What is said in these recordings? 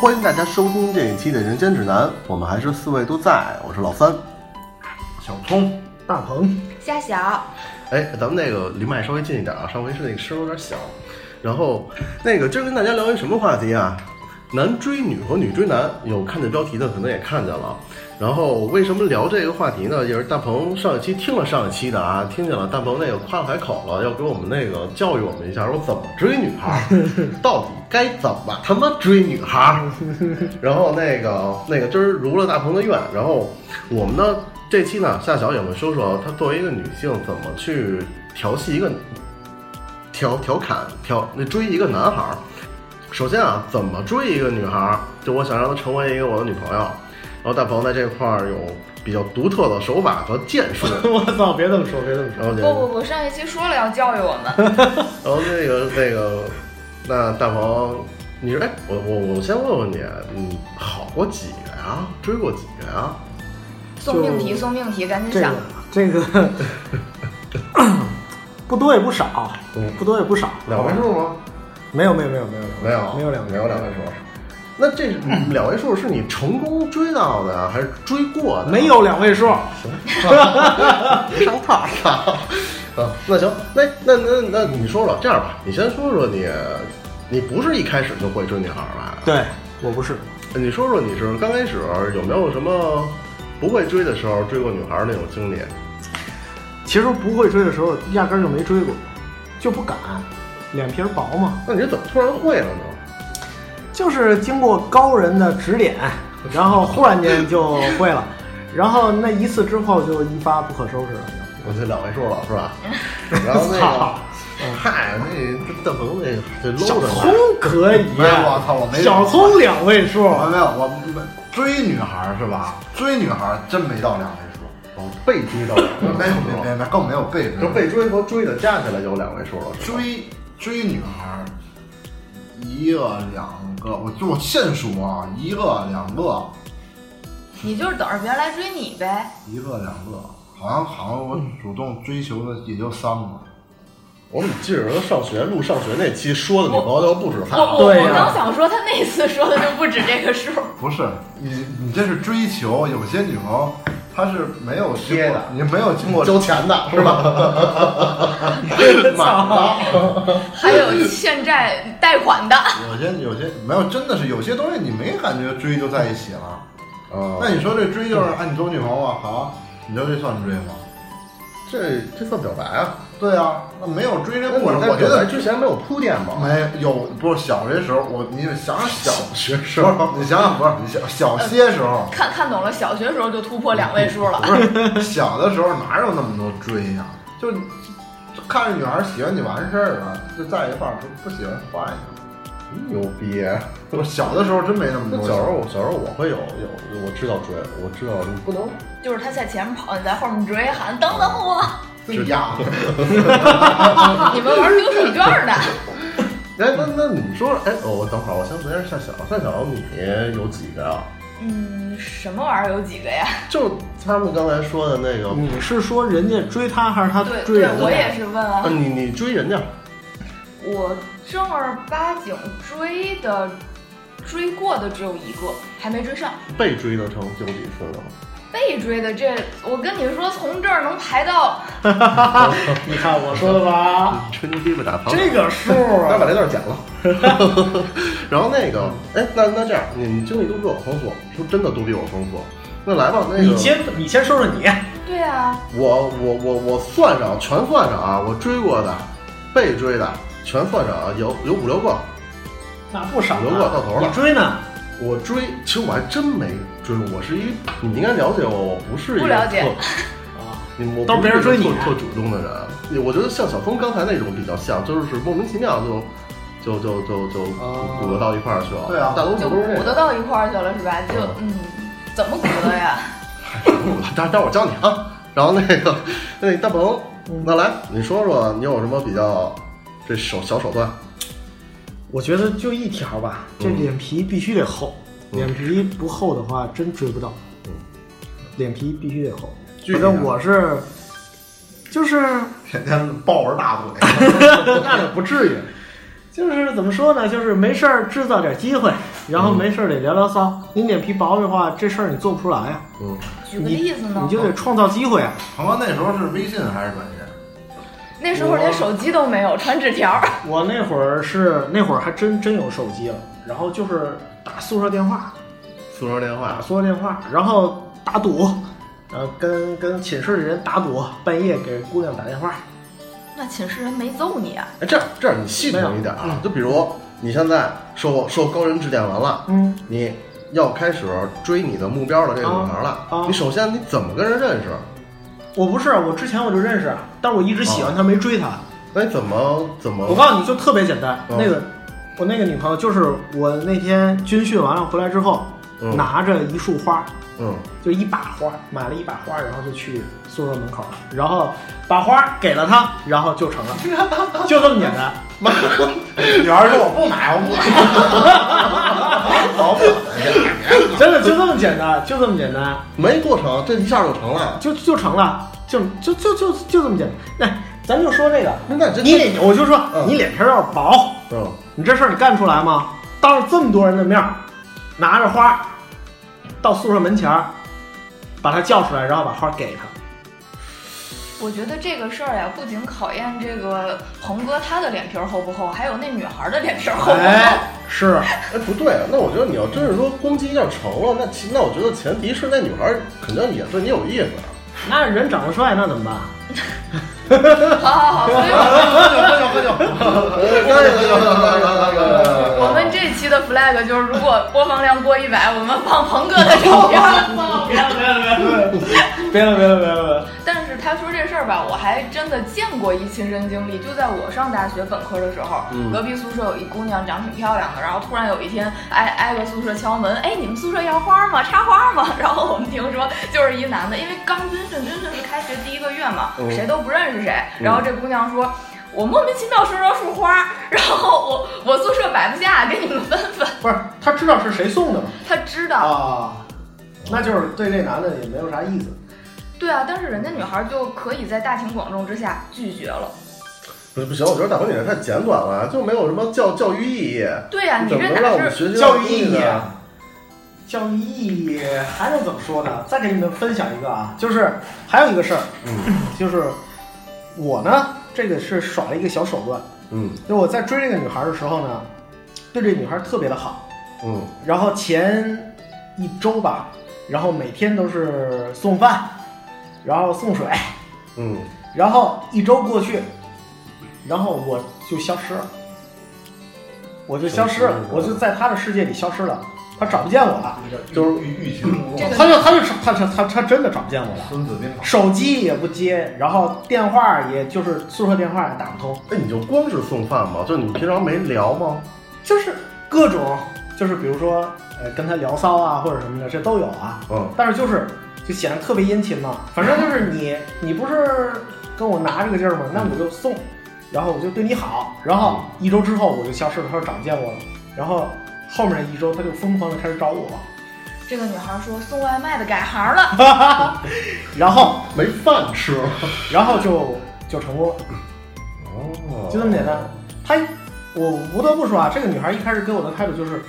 欢迎大家收听这一期的《人间指南》，我们还是四位都在，我是老三。小聪，大鹏，虾小，哎，咱们那个离麦稍微近一点啊，上回是那个声有点小。然后那个今儿跟大家聊一什么话题啊？男追女和女追男，有看见标题的可能也看见了。然后为什么聊这个话题呢？也是大鹏上一期听了上一期的啊，听见了大鹏那个夸了海口了，要给我们那个教育我们一下，说怎么追女孩儿，到底该怎么他妈追女孩儿。然后那个那个今儿如了大鹏的愿，然后我们呢这期呢夏小也会说说她作为一个女性怎么去调戏一个调调侃调那追一个男孩儿。首先啊，怎么追一个女孩儿？就我想让她成为一个我的女朋友，然后大鹏在这块儿有比较独特的手法和剑术。 我操！别这么说，别这么说。然后不就不不，上一期说了要教育我 们，然后那个那个，那大鹏，你说，哎，我我我先问问你，你好过几个呀？追过几个呀？送命题送命题，赶紧 这上个。 这个不多也不少嗯，不多也不少。两位数吗？没有没有没有没有没有，没有两个没有两位数。那这嗯两位数是你成功追到的呀，还是追过的？没有两位数。没上套儿啊，那行，那那那那你说说，这样吧，你先说说你，你不是一开始就会追女孩儿吧？对，我不是。你说说你是刚开始有没有什么不会追的时候追过女孩儿那种经历？其实不会追的时候，压根儿就没追过，就不敢，脸皮儿薄嘛。那你是怎么突然会了呢？就是经过高人的指点，然后忽然间就会了，然后那一次之后就一发不可收拾了。我就两位数了是吧？然后那个操，嗨，那大鹏那这小 low 的葱可以，啊没有我操我没小葱两位数，啊我没有，我没追女孩儿是吧？追女孩儿真没到两位数，哦被追到了，没有没 有没有，更没有被追就被追和追的加起来有两位数了。是吧追追女孩儿，一个两个，我就我现数啊，一个两个，你就是等着别人来追你呗。一个两个，好像好像我主动追求的也就三个。我怎么记着他上学录上学那期说的女朋友就不止我他我对我呀刚想说，他那次说的就不止这个数。不是你，你这是追求。有些女朋友她是没有经过贴的你没有经过交钱的是吧？还有欠债贷款的， 有些有些没有，真的是有些东西你没感觉追就在一起了。啊那你说这追就是，哎，你做女朋友啊，好，你知道这算追吗？这这算表白啊？对啊，那没有追这那过你程，在我觉表白得之前没有铺垫吗？没有。不是小学时候，我你想想小， 学时不是你想想不是你小小些时候，看看懂了，小学时候就突破两位数了。 不是小的时候哪有那么多追呀、就就看着女孩喜欢你完事儿了，就在一块儿不不喜欢换一个。牛逼！啊我小的时候真没那么那多小想。时候我小时候我会有有我知道追，我知道你不能就是他在前面跑，你在后面追，喊等等我。是呀， 你们玩流水账的，哎，那那你说，哎，我等会儿，我先问一下夏小，夏小你有几个啊？嗯，什么玩意儿有几个呀？就他们刚才说的那个，你是说人家追他，还是他对追啊对人，家？我也是问啊啊，。你你追人家，我正儿八经追的，追过的只有一个，还没追上。被追的成有几次了？被追的这，我跟你说，从这儿能排到，你看我说的吧，吹牛逼吧，打 这个数那啊，把这段剪了。 然后那个，哎，那那这样，你们经历都比我丰富，是真的都比我丰富。那来吧，那个，你先你先说说你，对啊，我我我我算上，全算上啊，我追过的，被追的，全算上啊，有有五六个。那不少啊轮过到头了你追呢？我追，其实我还真没追过，我是一，你应该了解我，我不是一个不了解特啊，你我都是别人追你啊不是一个特特主动的人。啊我觉得像小峰刚才那种比较像，就是莫名其妙就就就就就哦鼓捣到一块儿去了。对啊大多数就都是鼓这捣样。到一块儿去了，是吧？就嗯，怎么鼓捣呀？待待会儿我教你啊。然后那个那大鹏，嗯那来你说说你有什么比较这手小手段？我觉得就一条吧，这嗯脸皮必须得厚，嗯脸皮不厚的话真追不到嗯。脸皮必须得厚，具体反呢正我是， 就是 天天抱着大 腿，那也不至于，就是怎么说呢，就是没事儿制造点机会，嗯然后没事儿得聊聊骚。你脸皮薄的话，这事儿你做不出来呀、啊嗯，举个例子呢你，就得创造机会啊。鹏哥那时候是微信还是短信？那时候连手机都没有，传纸条儿。我那会儿是那会儿还真真有手机了，然后就是打宿舍电话，宿舍电打话，宿舍电话，然后打赌，呃，跟跟寝室的人打赌，半夜给姑娘打电话。那寝室人没揍你啊？哎，这样这样你系统一点没有啊，就比如你现在受受高人指点完了，嗯，你要开始追你的目标的这个女孩啊了，啊你首先你怎么跟人认识？我不是，我之前我就认识，啊但是我一直喜欢她，没追她。那你怎么怎么？我告诉你，就特别简单。嗯那个我那个女朋友，就是我那天军训完了回来之后，嗯拿着一束花，嗯就一把花，买了一把花，然后就去宿舍门口了，然后把花给了她，然后就成 了，就这么简单。女孩说我不买，我不买，我不买。真的就这么简单，就这么简单，没过程，这一下就成了。就就成了，就就就就就这么简单。那咱就说这个，那这你脸，我就说嗯你脸皮儿要是薄，嗯，你这事儿你干出来吗？当着这么多人的面儿，拿着花，到宿舍门前儿，把他叫出来，然后把花给他。我觉得这个事儿呀，不仅考验这个鹏哥他的脸皮儿厚不厚，还有那女孩儿的脸皮儿厚不厚。哎，是，哎，不对，那我觉得你要真是说攻击要成了，那其那我觉得前提是那女孩肯定也对你有意思。啊那人长得帅，那怎么办？好好好，所以我喝酒，喝酒，喝酒，们我们这期的 flag 就是，如果播放量过一百，我们放鹏哥的照片儿。别了，别了，别了，别了，别了，别了，别了。但是他说这事儿吧，我还真的见过一亲身经历。就在我上大学本科的时候，嗯隔壁宿舍有一姑娘长挺漂亮的，然后突然有一天挨挨个宿舍敲门，哎，你们宿舍要花吗？插花吗？ 然后我们听说就是一男的，因为刚军训，军训是开学第一个月嘛，嗯谁都不认识谁。嗯然后这姑娘说。我莫名其妙收到束花，然后我我宿舍摆不下，给你们分分。不是，他知道是谁送的吗？他知道，啊，那就是对这男的也没有啥意思。对啊，但是人家女孩就可以在大庭广众之下拒绝了。不是不行，我觉得大鹏你这太简短了，就没有什么教教育意义。对呀、你怎啊你么能这哪让我是们学习到教育东意西义呢？啊，教育意义还能怎么说呢？再给你们分享一个啊，就是还有一个事儿，嗯就是我呢，这个是耍了一个小手段，嗯就我在追这个女孩的时候呢，对这女孩特别的好，嗯然后前一周吧，然后每天都是送饭，然后送水，嗯，然后一周过去，然后我就消失了，我就消失了，我就在她的世界里消失了，她找不见我了。就是欲欲擒故这纵，个他就他就他他他他真的找不见我了，孙子兵法。手机也不接，然后电话也就是宿舍电话也打不通，哎，你就光是送饭吗？就你们平常没聊吗？就是各种就是比如说呃跟他聊骚啊或者什么的，这都有啊，嗯但是就是就显得特别殷勤嘛。反正就是你你不是跟我拿这个劲儿吗？那我就送，然后我就对你好，然后一周之后我就消失了，他说找不见我了，然后后面一周他就疯狂的开始找我，这个女孩说送外卖的改行了，然后没饭吃。然后就就成功了。哦就这么简单。她，我不得不说啊，这个女孩一开始给我的态度就是，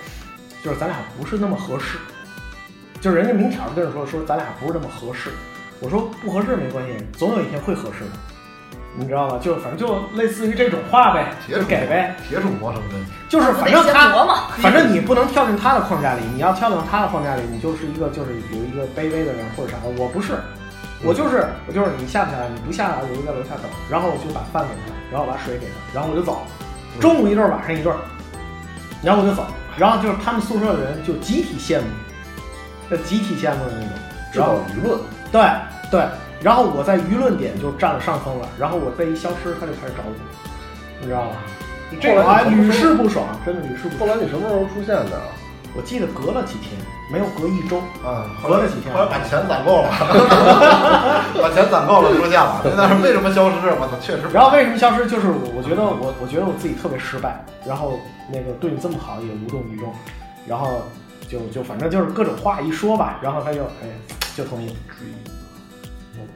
就是咱俩不是那么合适，就是人家明挑就跟着说说咱俩不是那么合适。我说不合适没关系，总有一天会合适的，你知道吗？就反正就类似于这种话呗，铁就杵给呗，，铁杵磨成针。就是我反得正先她，琢磨。 反正你不能跳进她的框架里，你要跳进她的框架里，你就是一个就是有一个卑微的人或者啥。我不是，我就是我就是你下不下来，你不下来我就在楼下等，然后我就把饭给他，然后我把水给他，然后我就走。中午一对儿，晚上一对儿，然后我就走。然后就是他们宿舍的人就集体羡慕，就集体羡慕的那种。制然造后舆论。对对，然后我在舆论点就占了上风了，然后我再一消失，他就开始找我，你知道吧？这个啊，后来你屡试不爽，真的屡试不后爽。来你什么时候出现的？我记得隔了几天，没有隔一周，嗯，隔了几天后来把钱攒够了，把钱攒够了出现了。但是为什么消失？我操，确实。然后为什么消失？就是我，我觉得我，我觉得我自己特别失败，然后那个对你这么好也无动于衷，然后就就反正就是各种话一说吧，然后他就哎就同意了。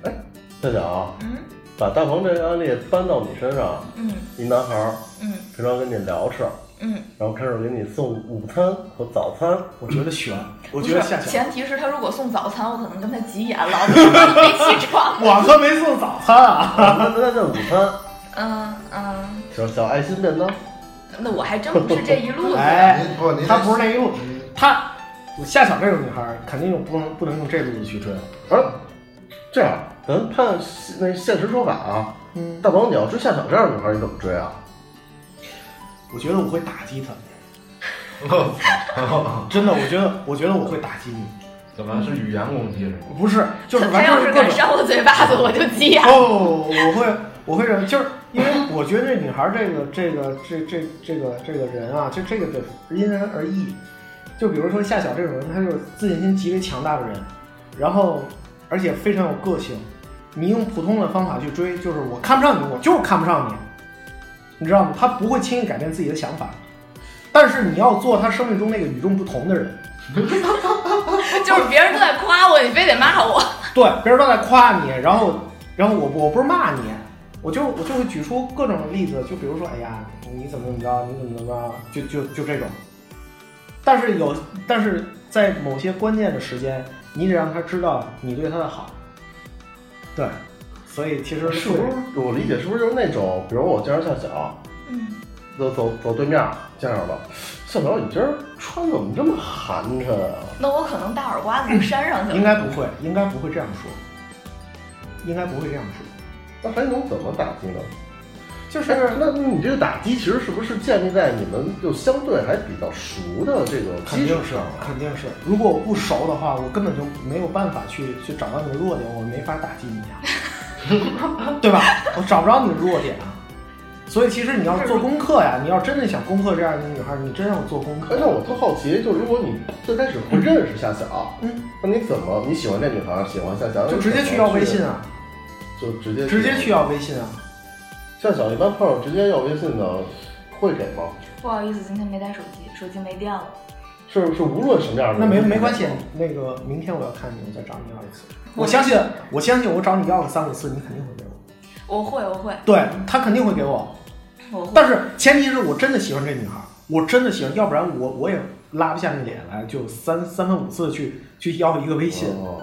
哎大讲啊，嗯把大鹏这个案例搬到你身上，嗯一男孩儿嗯平常跟你聊事儿，嗯，然后开始给你送午餐和早餐。我觉得悬，我不觉得是下，桥。前提是他如果送早餐，我可能跟他急眼了，没起床。我可没送早餐啊！那那那午餐，嗯嗯，小小爱心便当，那我还真不是这一路子。哎，您不，您他不是那一路，您他夏小这种女孩儿肯定用不能不能用这路子去追。而这样，啊咱看那现实说法啊。嗯，大宝，你要追夏小这样的女孩，你怎么追啊？我觉得我会打击 她，真的，我觉得我觉得我会打击你，怎么是语言攻击是吗？不是，就是他完要全是各敢种嗯扇我嘴巴子，我就急眼。哦，我会我会认为，就是因为我觉得这女孩儿这个这个这这这个这个人啊，就这个得因人而异。就比如说夏小这种人，她就是自信心极为强大的人，然后而且非常有个性。你用普通的方法去追，就是我看不上你，我就是看不上你，你知道吗？她不会轻易改变自己的想法，但是你要做她生命中那个与众不同的人。就是别人都在夸我，你非得骂我。对，别人都在夸你，然后，然后我不我不是骂你，我就我就会举出各种例子，就比如说，哎呀，你怎么怎么着，你怎么怎么着，就就就这种。但是有，但是在某些关键的时间，你得让他知道你对他的好。对，所以其实是不是我理解是不是就是那种，比如我见着夏小，嗯，走走走对面见着了，夏小你今儿穿怎么这么寒碜啊？那我可能大耳刮子就扇上去应了。该不会，应该不会这样说，应该不会这样说，那还能怎么打击呢？就是哎，那那你这个打击其实是不是建立在你们就相对还比较熟的这个肯基定础是上？，啊啊肯定是。如果我不熟的话，我根本就没有办法去去找到你的弱点，我没法打击你呀、 对吧？我找不着你的弱点啊。所以其实你要做功课呀，你要真的想攻克这样的女孩，你真要做功哎，课。那我特好奇，就如果你最开始不认识夏小，嗯，那你怎么你喜欢这女孩，喜欢夏小，就直接去要微信，啊，就直接直接去。要微信啊。夏小一般碰上直接要微信的，会给吗？不好意思，今天没带手机，手机没电了。是是，无论什么样的，那没没关系，那个明天我要看你，我再找你要一次。我相信，我相信我找你要个三五次，你肯定会给我。我会，我会，对他肯定会给我，我会。但是前提是我真的喜欢这女孩，我真的喜欢，要不然我我也拉不下那脸来，就三三番五次地去去要一个微信，哦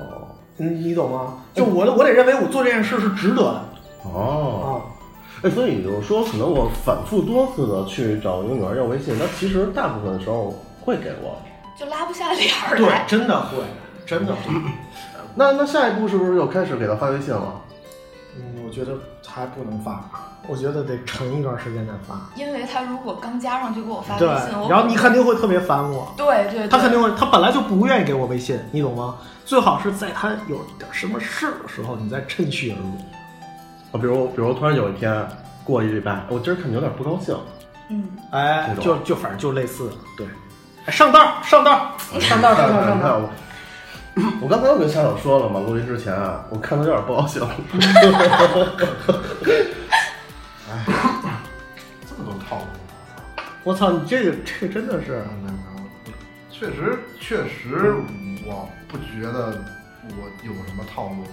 嗯，你懂吗？就我我得认为我做这件事是值得的哦，啊。哎，所以就是说，可能我反复多次的去找一个女孩要微信，她其实大部分的时候会给我。就拉不下脸儿对，来。真的会，真的会。那那下一步是不是又开始给她发微信了？嗯，我觉得还不能发，我觉得得沉一段时间再发。因为他如果刚加上就给我发微对信，我，然后你肯定会特别烦我，对对对，他肯定会，他本来就不愿意给我微信，你懂吗？最好是在他有点什么事儿的时候，你再趁虚而入。啊，比如比如突然有一天过一礼拜，我今儿看你有点不高兴，嗯，哎，这就种就反正就类似，对，哎上道儿上道儿哎上道儿上道儿上你看道儿，我， 我刚才我跟夏晓说了嘛，录音之前啊，我看他有点不高兴，这么多套路，我操，你这个这个真的是没，有没有没有确实确实，我不觉得我有什么套路，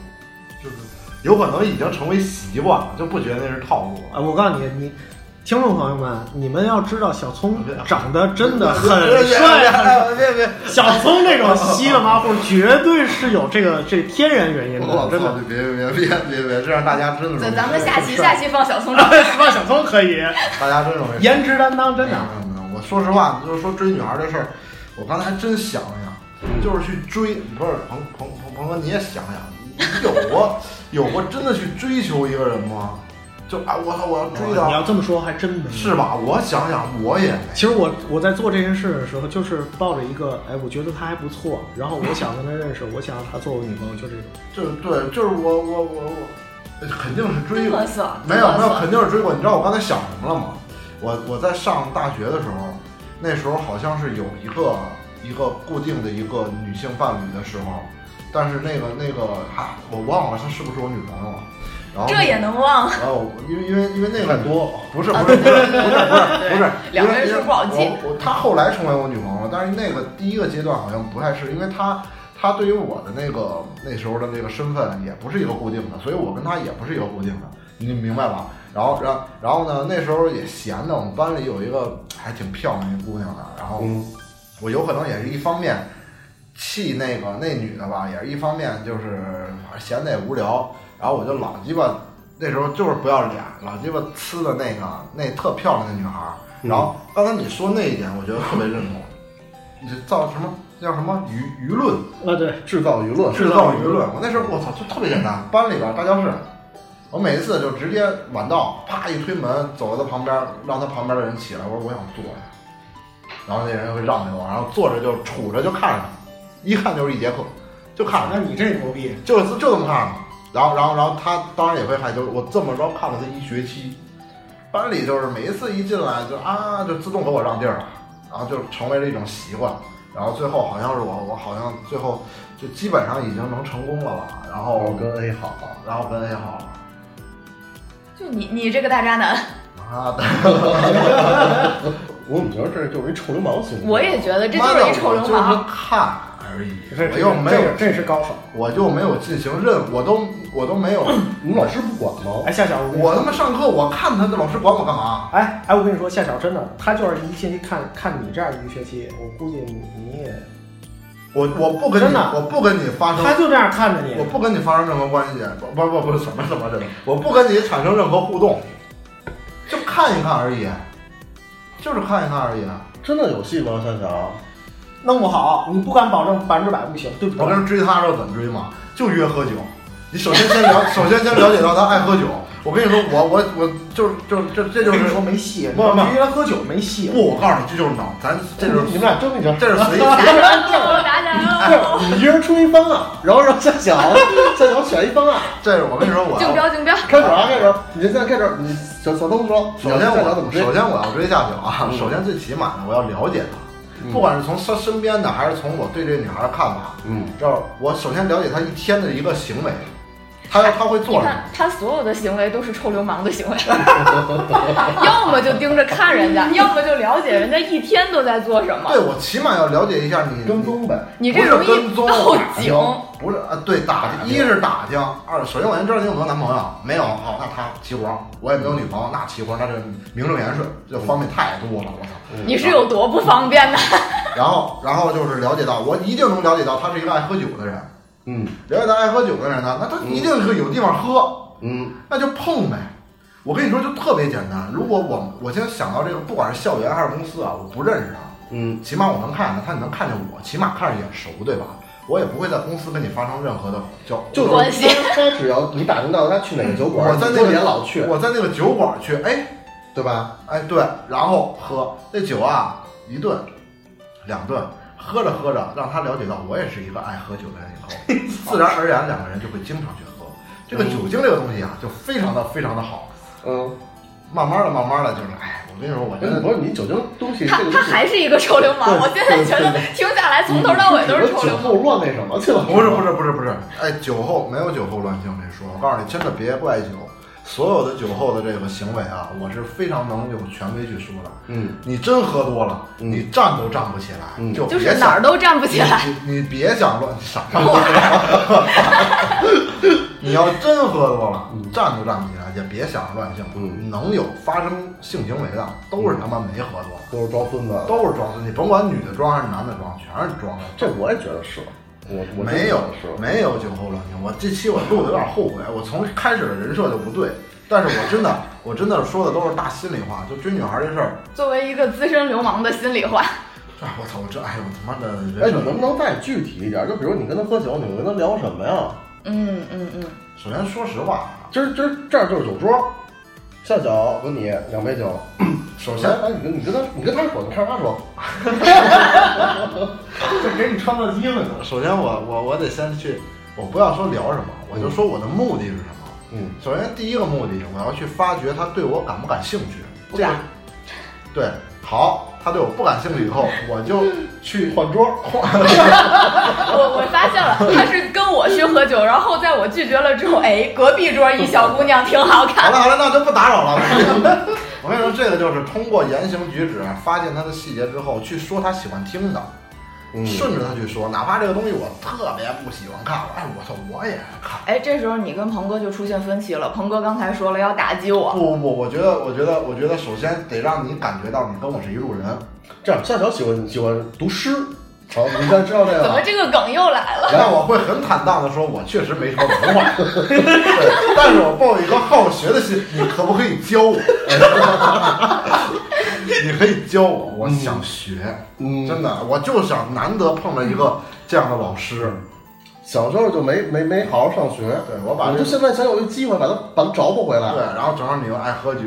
就是有可能已经成为习惯了，就不觉得那是套路啊！了。我告诉你，你听众朋友们，你们要知道，小聪别长得真的很帅啊，哎别别别！小聪这种稀里马虎，绝对是有这个这天然原因我的，真操！的。别别别别别！这让大家真的对，容易咱们下期是下期放小松照。放哎小聪可以，大家真容易颜值担当，真的。啊没有没有没有，我说实话，就是说追女孩这事儿，我刚才还真想了想，就是去追，不是鹏鹏鹏鹏哥，你也想想，你有过有过真的去追求一个人吗？就啊，我操，我要追你要到，这么说，还真没有是吧？我想想，我也没。其实我我在做这件事的时候，就是抱着一个，哎，我觉得她还不错，然后我想跟她认识，我想让她做我女朋友，就这种。就是对，就是我我我我，呃肯定是追这过么，色，没有这没么有，色肯定是追过。你知道我刚才想什么了吗？我我在上大学的时候，那时候好像是有一个一个固定的一个女性伴侣的时候，但是那个那个哈、我忘了她是不是我女朋友了。然后这也能忘？然后我哦因为因为因为那个太多。不是不是不是不是不是，啊两个人是不好记我我她后来成为我女朋友，但是那个第一个阶段好像不太是，因为她她对于我的那个那时候的那个身份也不是一个固定的，所以我跟她也不是一个固定的，你明白吧？然后然然后呢，那时候也闲的，我们班里有一个哎还挺漂亮一姑娘的，然后嗯我有可能也是一方面气那个那女的吧，也是一方面就是反正闲的也无聊，然后我就老鸡巴那时候就是不要脸，老鸡巴呲的那个那特漂亮的女孩儿。嗯然后刚才你说那一点，我觉得特别认同，你这造什么叫什么舆舆论啊，对，制造舆论，制造舆论。我那时候我操就特别简单，班里边大教室，我每一次就直接晚到，啪一推门走到他旁边，让他旁边的人起来，我说我想坐下，然后那人会让给我，然后坐着就杵着就看着，一看就是一节课，就看着那你这牛逼，就就这么看了。然后，然后，然后他当然也会害羞。我这么着看了他一学期，班里就是每一次一进来就啊，就自动给我让地儿了，然后就成为了一种习惯。然后最后好像是我，我好像最后就基本上已经能成功了吧。然后我哦跟 A 好，然后跟 A 好了，就你你这个大渣男，妈的，我怎么觉得这就是一臭流氓行为？我也觉得这就嗯妈是的，一臭我流就是氓。看而已，这我又没有，这这是高手。我就没有进行任，我都我都没有，你们老师不管吗？哎，夏晓，我跟你说我他妈上课我看他，那老师管我干嘛？哎哎，我跟你说，夏晓真的，他就是一学期看看你这样一个学期，我估计你你也，我我不跟真你的，我不跟你发生他就这样看着你啊我。不跟你发生任何关系，不不不不是什么什么的，我不跟你产生任何互动，就看一看而已，就是看一看而已。啊真的有戏吗？夏晓，弄不好，你不敢保证百分之百不行，对不我对？跟人追他的时候怎么追嘛？就约喝酒。你首先先了，首先先了解到他爱喝酒。我跟你说，我我我就是就是这这这就就是是说没戏，不不你约他喝酒没戏。不，我告诉你，这就是脑，咱这就是你们俩争一争，这是随意。大渣男哦，大渣男 哦，你一人出一方案，然后让夏晓， 夏晓选一方案。这是我跟你说，我竞要标竞标，开始啊，开始！你现在开始，你小小东说，首先夏晓怎我么追？首先我要追下去啊，嗯首先最起码的我要了解他。嗯不，管是从他身边的，还是从我对这女孩的看法，嗯，这儿我首先了解他一天的一个行为，他要他会哎你做什么看？他所有的行为都是臭流氓的 行为，要么就盯着看人嗯家，要么就了解人家一天都在做什对么。我起码要了解一下你跟踪呗。你不这是容易跟踪报打警听，，不是啊？对，打听，一是打听，二首先我先知道你有没有男朋友，没有哦，那他齐活，我也没有嗯女朋友，那齐活，那这名正言顺，这方面太多了，我操！嗯你是有多不方便呢？然后，然后就是了解到，我一定能了解到他是一个爱喝酒的人，嗯了解到爱喝酒的人呢，那他嗯一定是有地方喝，嗯那就碰呗。我跟你说，就特别简单。如果我我现在想到这个，不管是校园还是公司啊，我不认识他，嗯起码我能看见他，他也能看见我，起码看着眼熟，对吧？我也不会在公司跟你发生任何的交，就是关系他只要你打听到他去哪个酒馆，我在你那就个别老去，我在那个酒馆去，哎对吧？哎对，然后喝那酒啊，一顿两顿，喝着喝着，让他了解到我也是一个爱喝酒的人以 后，自然而然两个人就会经常去喝。这个酒精这个东西啊，就非常的非常的好，嗯，慢慢的慢慢的就是，哎，我跟你说，我觉得不是你酒精东西他这个他东西，还是一个臭流氓。对我现在觉得听下来，从头到尾嗯都是臭酒流氓。后乱那什么去了？不是不是不是不是，哎，酒后没有酒后乱性这说，我告诉你，真的别怪酒。所有的酒后的这个行为啊，我是非常能有权威去说的。嗯，你真喝多了，嗯你站都站不起来，嗯就就别是想哪儿都站不起来。你你你别想乱什 么。你要真喝多了，站都站不起来，也别想着乱性。嗯能有发生性行为的，都是他妈没喝多，都是装孙子的。都是装孙子。你甭管女的装还是男的装，全是装的。这我也觉得是，我我真没有觉得是，没有酒后乱性。我这期我录的有点后悔，我从开始的人设就不对。但是我真的，我真的说的都是大心里话，就追女孩这事儿，作为一个资深流氓的心里话，哎，我操，我这，哎呦，我他妈的哎，人你能不设。能再具体一点？就比如你跟他喝酒，你会跟他聊什么呀？嗯嗯嗯，首先说实话，啊今儿今儿这儿就是酒桌，夏小跟你两杯酒， 首来先来，你跟你跟他你跟他说，你看着他说，这给你穿个衣服呢。首先我我我得先去，我不要说聊什么，我就说我的目的是什么。嗯首先第一个目的，我要去发掘他对我感不感兴趣。不这个敢对，好，他对我不感兴趣以后，我就去换桌，我我发现 了，他是跟我去喝酒，然后在我拒绝了之后，哎，隔壁桌一小姑娘挺好 好看，了好了，那就不打扰了。我啊跟你说，这个就是通过言行举止发现他的细节之后，去说他喜欢听的。嗯顺着他去说，哪怕这个东西我特别不喜欢看，哎，我操，我也爱看。哎，这时候你跟鹏哥就出现分歧了。鹏哥刚才说了要打击我，不不不，我觉得，我觉得，我觉得，首先得让你感觉到你跟我是一路人。这样，夏乔喜欢喜欢读诗，好，你现在知道这个啊怎么了。这个梗又来了？然后我会很坦荡的说，我确实没什么文化， 对，但是我抱一个好学的心，你可不可以教我？ 你可以教我，我想学，嗯，真的，我就想难得碰到一个这样的老师。小时候就没没没好好上学，嗯对我我把这就现在想有一机会把它把它找补回来对，。然后正好你又爱喝酒，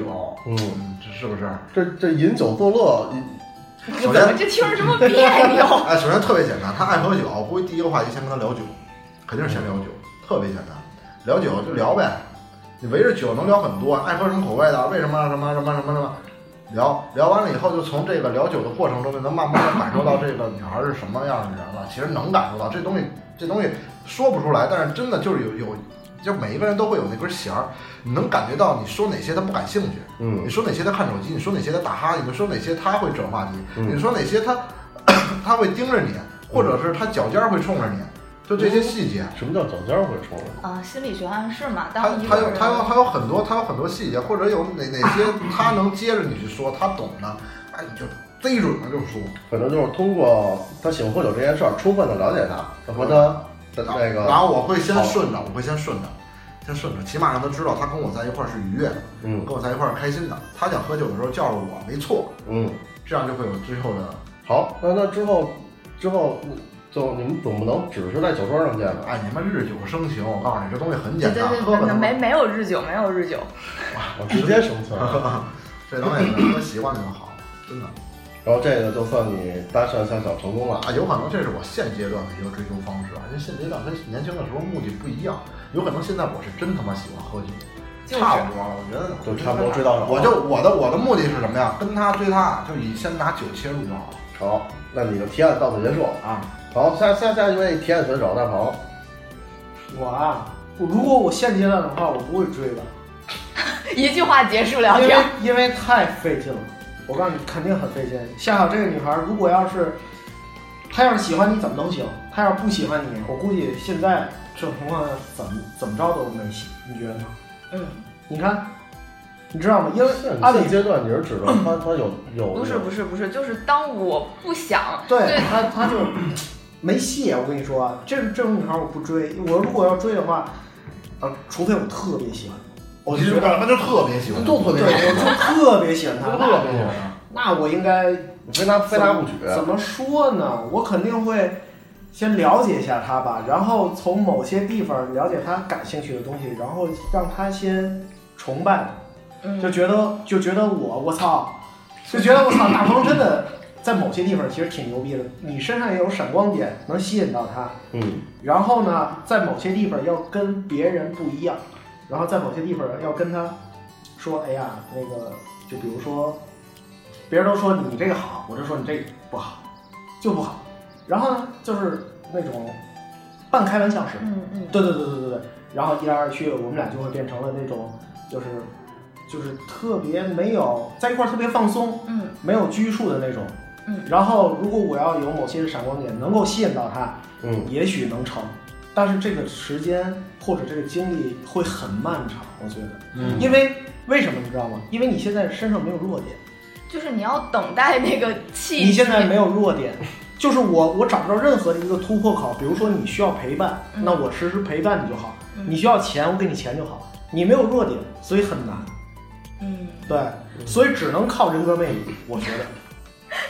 嗯，这是不是？这这饮酒作乐，怎么这听着这么别扭？哎，首先特别简单，他爱喝酒，我估计第一个话题先跟他聊酒，肯定是先聊酒，特别简单，聊酒就聊呗，你围着酒能聊很多，爱喝什么口味的，为什么什么什么什么什么，聊聊完了以后，就从这个聊酒的过程中，就能慢慢的感受到这个女孩是什么样的人了。其实能感受到这东西，这东西说不出来，但是真的就是有有，就每一个人都会有那根弦儿，你能感觉到你说哪些他不感兴趣，嗯你说哪些他看手机，你说哪些他打哈欠，你说哪些他会转话题，嗯你说哪些他 他会盯着你，或者是他脚尖儿会冲着你，就这些细节。什么叫脚尖儿会冲？ 啊，心理学暗示嘛，他当一他个有他有人他有很多他有很多细节，或者有哪哪些他能接着你去说，他懂的，哎，你就逮准了就说。反正就是通过他喜欢喝酒这件事儿，充分的了解他，然后他的那然个，后我会先顺着，我会先顺着，先顺着，起码让他知道他跟我在一块儿是愉悦的，嗯跟我在一块儿是开心的。他想喝酒的时候叫着我，没错，嗯，这样就会有之后的。好，那那之后之后嗯就你们总不能只是在酒桌上见 吧？哎，你们日久生情，我告诉你，这东西很对简对单，对喝对可对，能没没有日久，没有日久。我直接生气了。这东西喝习惯就好，真的 然后这个就算你搭讪夏小成功了。啊，有可能这是我现阶段的一个追求方式啊，因为现阶段跟年轻的时候目的不一样，有可能现在我是真他妈喜欢喝酒，就是差不多了，我觉得就差不多知道了我就我的我的目的是什么呀？跟他追他，就以先拿酒切入就好了好，那你的提案到此结束。啊。好，下下下一位提案选手大鹏，我啊，我如果我现阶段的话，我不会追的，一句话结束聊因为天。因为太费劲了。我告诉你，肯定很费劲。夏小这个女孩，如果要是她要是喜欢你，怎么能行？她要是不喜欢你，我估计现在这种情况下怎么怎么着都没戏。你觉得呢？嗯，你看，你知道吗？因为现按理现阶段你是指的他他有有不是不是不是，就是当我不想对她她就没戏。我跟你说啊，这这种女孩我不追。我如果要追的话，呃，除非我特别喜欢，我就其觉实得他就特别喜欢，都特别 对，我就特别喜欢她。那别喜欢。那我应该非他非他不举。怎么说呢？我肯定会先了解一下他吧，然后从某些地方了解他感兴趣的东西，然后让他先崇拜我，嗯就觉得就觉得我我操，就觉得我操，大鹏真的在某些地方其实挺牛逼的，你身上也有闪光点能吸引到他，嗯，然后呢，在某些地方要跟别人不一样，然后在某些地方要跟他说，哎呀，那个，就比如说，别人都说你这个好，我就说你这个不好，就不好。然后呢，就是那种半开玩笑式，嗯嗯，对对对对对对。然后一来二去，我们俩就会变成了那种，就是就是特别没有在一块儿特别放松，嗯，没有拘束的那种。嗯，然后如果我要有某些闪光点能够吸引到他，嗯，也许能成，但是这个时间或者这个精力会很漫长，我觉得，嗯因为为什么你知道吗？因为你现在身上没有弱点，就是你要等待那个气。你现在没有弱点，就是我我找不着任何的一个突破口。比如说你需要陪伴，嗯那我实时陪伴你就好；嗯你需要钱，我给你钱就好。你没有弱点，所以很难，嗯，对，所以只能靠人格魅力，我觉得，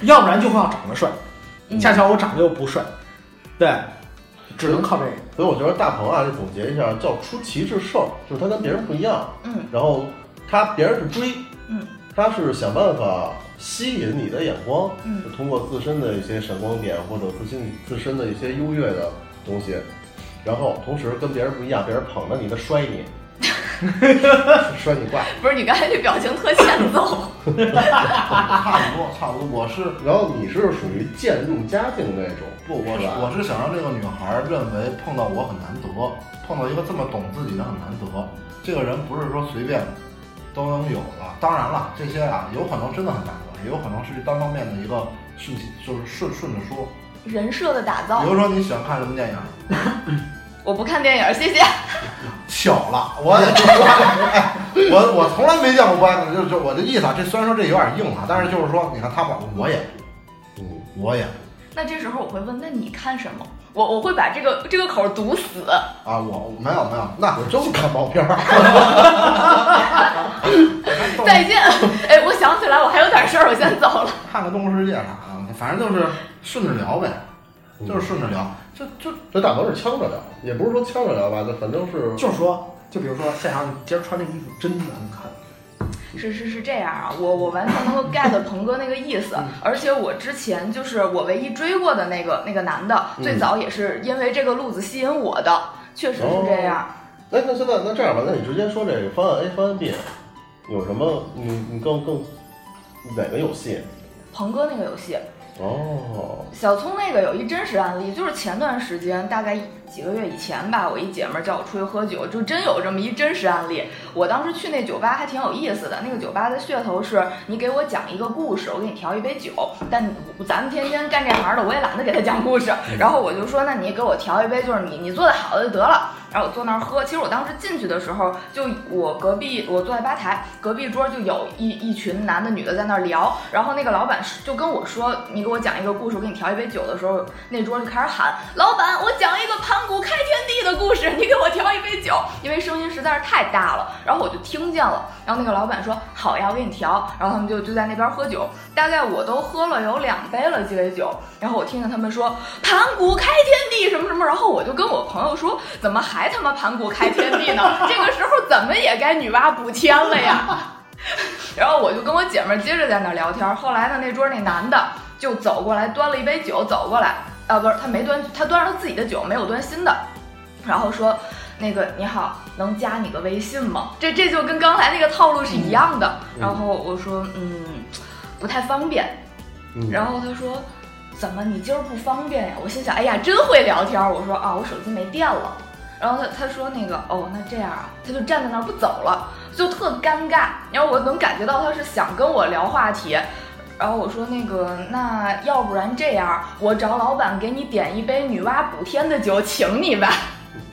要不然就靠长得帅，嗯恰巧我长得又不帅，对，只能靠这个。所以我觉得大鹏啊，就总结一下，叫出奇制胜，就是他跟别人不一样，嗯然后他别人是追，嗯，他是想办法吸引你的眼光，嗯就通过自身的一些闪光点或者自信自身的一些优越的东西，然后同时跟别人不一样，别人捧着你，他摔 你，摔你挂，不是你刚才这表情特欠揍。 差不多，差不多。我是然后你是属于渐入佳境那种，不，我是是吧我是想让这个女孩儿认为碰到我很难得，碰到一个这么懂自己的很难得。这个人不是说随便都能有的。当然了，这些啊，有可能真的很难得，也有可能是单方面的一个顺其，就是顺顺着说。人设的打造比。如说你喜欢看什么电影？我不看电影，谢谢。巧了，我哎我我从来没见过不爱看，就是就我的意思啊。这虽然说这有点硬啊，但是就是说，你看他们，我也，嗯，我也那这时候我会问，那你看什么？我我会把这个这个口儿堵死。啊，我没有没有，那我真看毛片儿。哦 再见。哎，我想起来，我还有点事儿，我先走了。看个《动物世界》啥的，反正就是顺着聊呗，就是顺着聊。这这这大毛是呛着聊，也不是说呛着聊吧，就反正是就是说，就比如说夏阳，你今儿穿这衣服真难看。是是是这样啊，我我完全能够 get 鹏哥那个意思，嗯而且我之前就是我唯一追过的那个那个男的，嗯最早也是因为这个路子吸引我的，确实是这样。哦那那现在那这样吧，那你直接说这个方案 A、方案 B 有什么？你你更更哪个有戏？鹏哥那个游戏，哦，小聪那个有一真实案例，就是前段时间，大概几个月以前吧，我一姐们儿叫我出去喝酒，就真有这么一真实案例。我当时去那酒吧还挺有意思的，那个酒吧的噱头是你给我讲一个故事，我给你调一杯酒，但咱们天天干这行的，我也懒得给他讲故事。然后我就说，那你给我调一杯，就是你你做的好的就得了。然后我坐那儿喝，其实我当时进去的时候，就我隔壁我坐在吧台，隔壁桌就有一一群男的女的在那儿聊，然后那个老板就跟我说，你给我讲一个故事，我给你调一杯酒的时候，那桌就开始喊，老板，我讲一个盘古开天地的故事，你给我调一杯酒，因为声音实在是太大了，然后我就听见了，然后那个老板说好呀，我给你调，然后他们就就在那边喝酒，大概我都喝了有两杯了鸡尾酒，然后我听见他们说盘古开天地什么什么，然后我就跟我朋友说，怎么还他妈盘古开天地呢？这个时候怎么也该女娲补天了呀？然后我就跟我姐们儿接着在那儿聊天儿。后来呢，那桌那男的就走过来端了一杯酒，走过来，啊，不是，他没端，他端着他自己的酒，没有端新的，然后说。那个你好，能加你个微信吗？这这就跟刚才那个套路是一样的。嗯然后我说，嗯，不太方便。嗯，然后他说：“怎么你今儿不方便呀？”我心想：“哎呀，真会聊天儿。”我说：“啊，我手机没电了。”然后他他说那个哦，那这样啊，他就站在那儿不走了，就特尴尬。然后我能感觉到他是想跟我聊话题。然后我说那个，那要不然这样，我找老板给你点一杯女娲补天的酒，请你吧。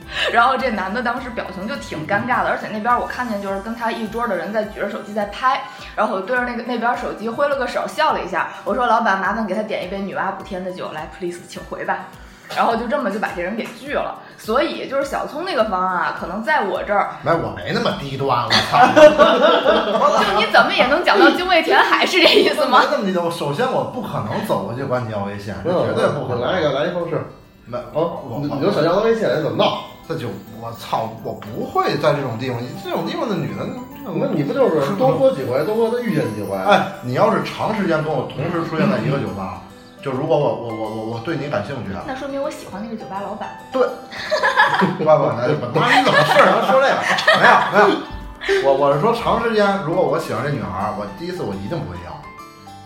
然后这男的当时表情就挺尴尬的，而且那边我看见就是跟他一桌的人在举着手机在拍，然后我对着那个那边手机挥了个手，笑了一下，我说老板麻烦给他点一杯女娲补天的酒，来 please 请回吧。然后就这么就把这人给拒了，所以就是小聪那个方案啊，可能在我这儿，没，我没那么低 端，我操！就你怎么也能讲到精卫填海是这意思没吗？那么低端。我首先我不可能走过去管你要微信，这绝对不可能。来一个，来一方式。没，哦，我啊你你就想要他微信，来怎么闹？这就我操，我不会在这种地方，这种地方的女的，那你不就是多喝几回，多喝他遇见几回？，啊哎，你要是长时间跟我同时出现在一个酒吧，就如果我我我我我对你感兴趣啊，那说明我喜欢那个酒吧老板。不不，那就不那你怎么事儿能说这个？ 没有没 有，我我是说长时间，如果我喜欢这女孩儿，我第一次我一定不会要，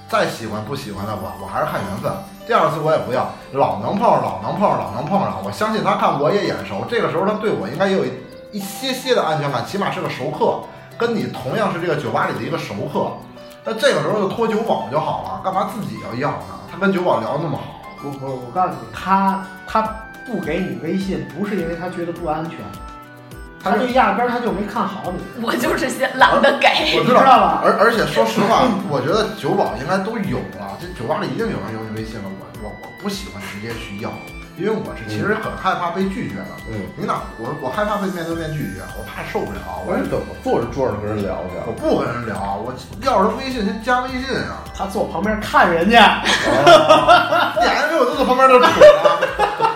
再喜欢不喜欢的我我还是看缘分。第二次我也不要，老能碰上，老能碰上，老能碰上。我相信她看我也眼熟，这个时候她对我应该也有一一些些的安全感，起码是个熟客，跟你同样是这个酒吧里的一个熟客。那这个时候就托酒保就好了，干嘛自己要要呢？他跟酒保聊得那么好，我我我告诉你，他他不给你微信，不是因为他觉得不安全，他就压根儿他就没看好你，我就是先懒得给，我你知知道道吧？而而且说实话，我觉得酒保应该都有了，这酒吧里一定有人有你微信了。我我我不喜欢直接去要，因为我是其实很害怕被拒绝的。嗯，你哪我我害怕被面对面拒绝，我怕受不了。我我是怎么坐着桌上跟人聊去啊我？不跟人聊，我要是微信先加微信啊，他坐旁边看人家，哦一点没有，都在旁边就 杵着，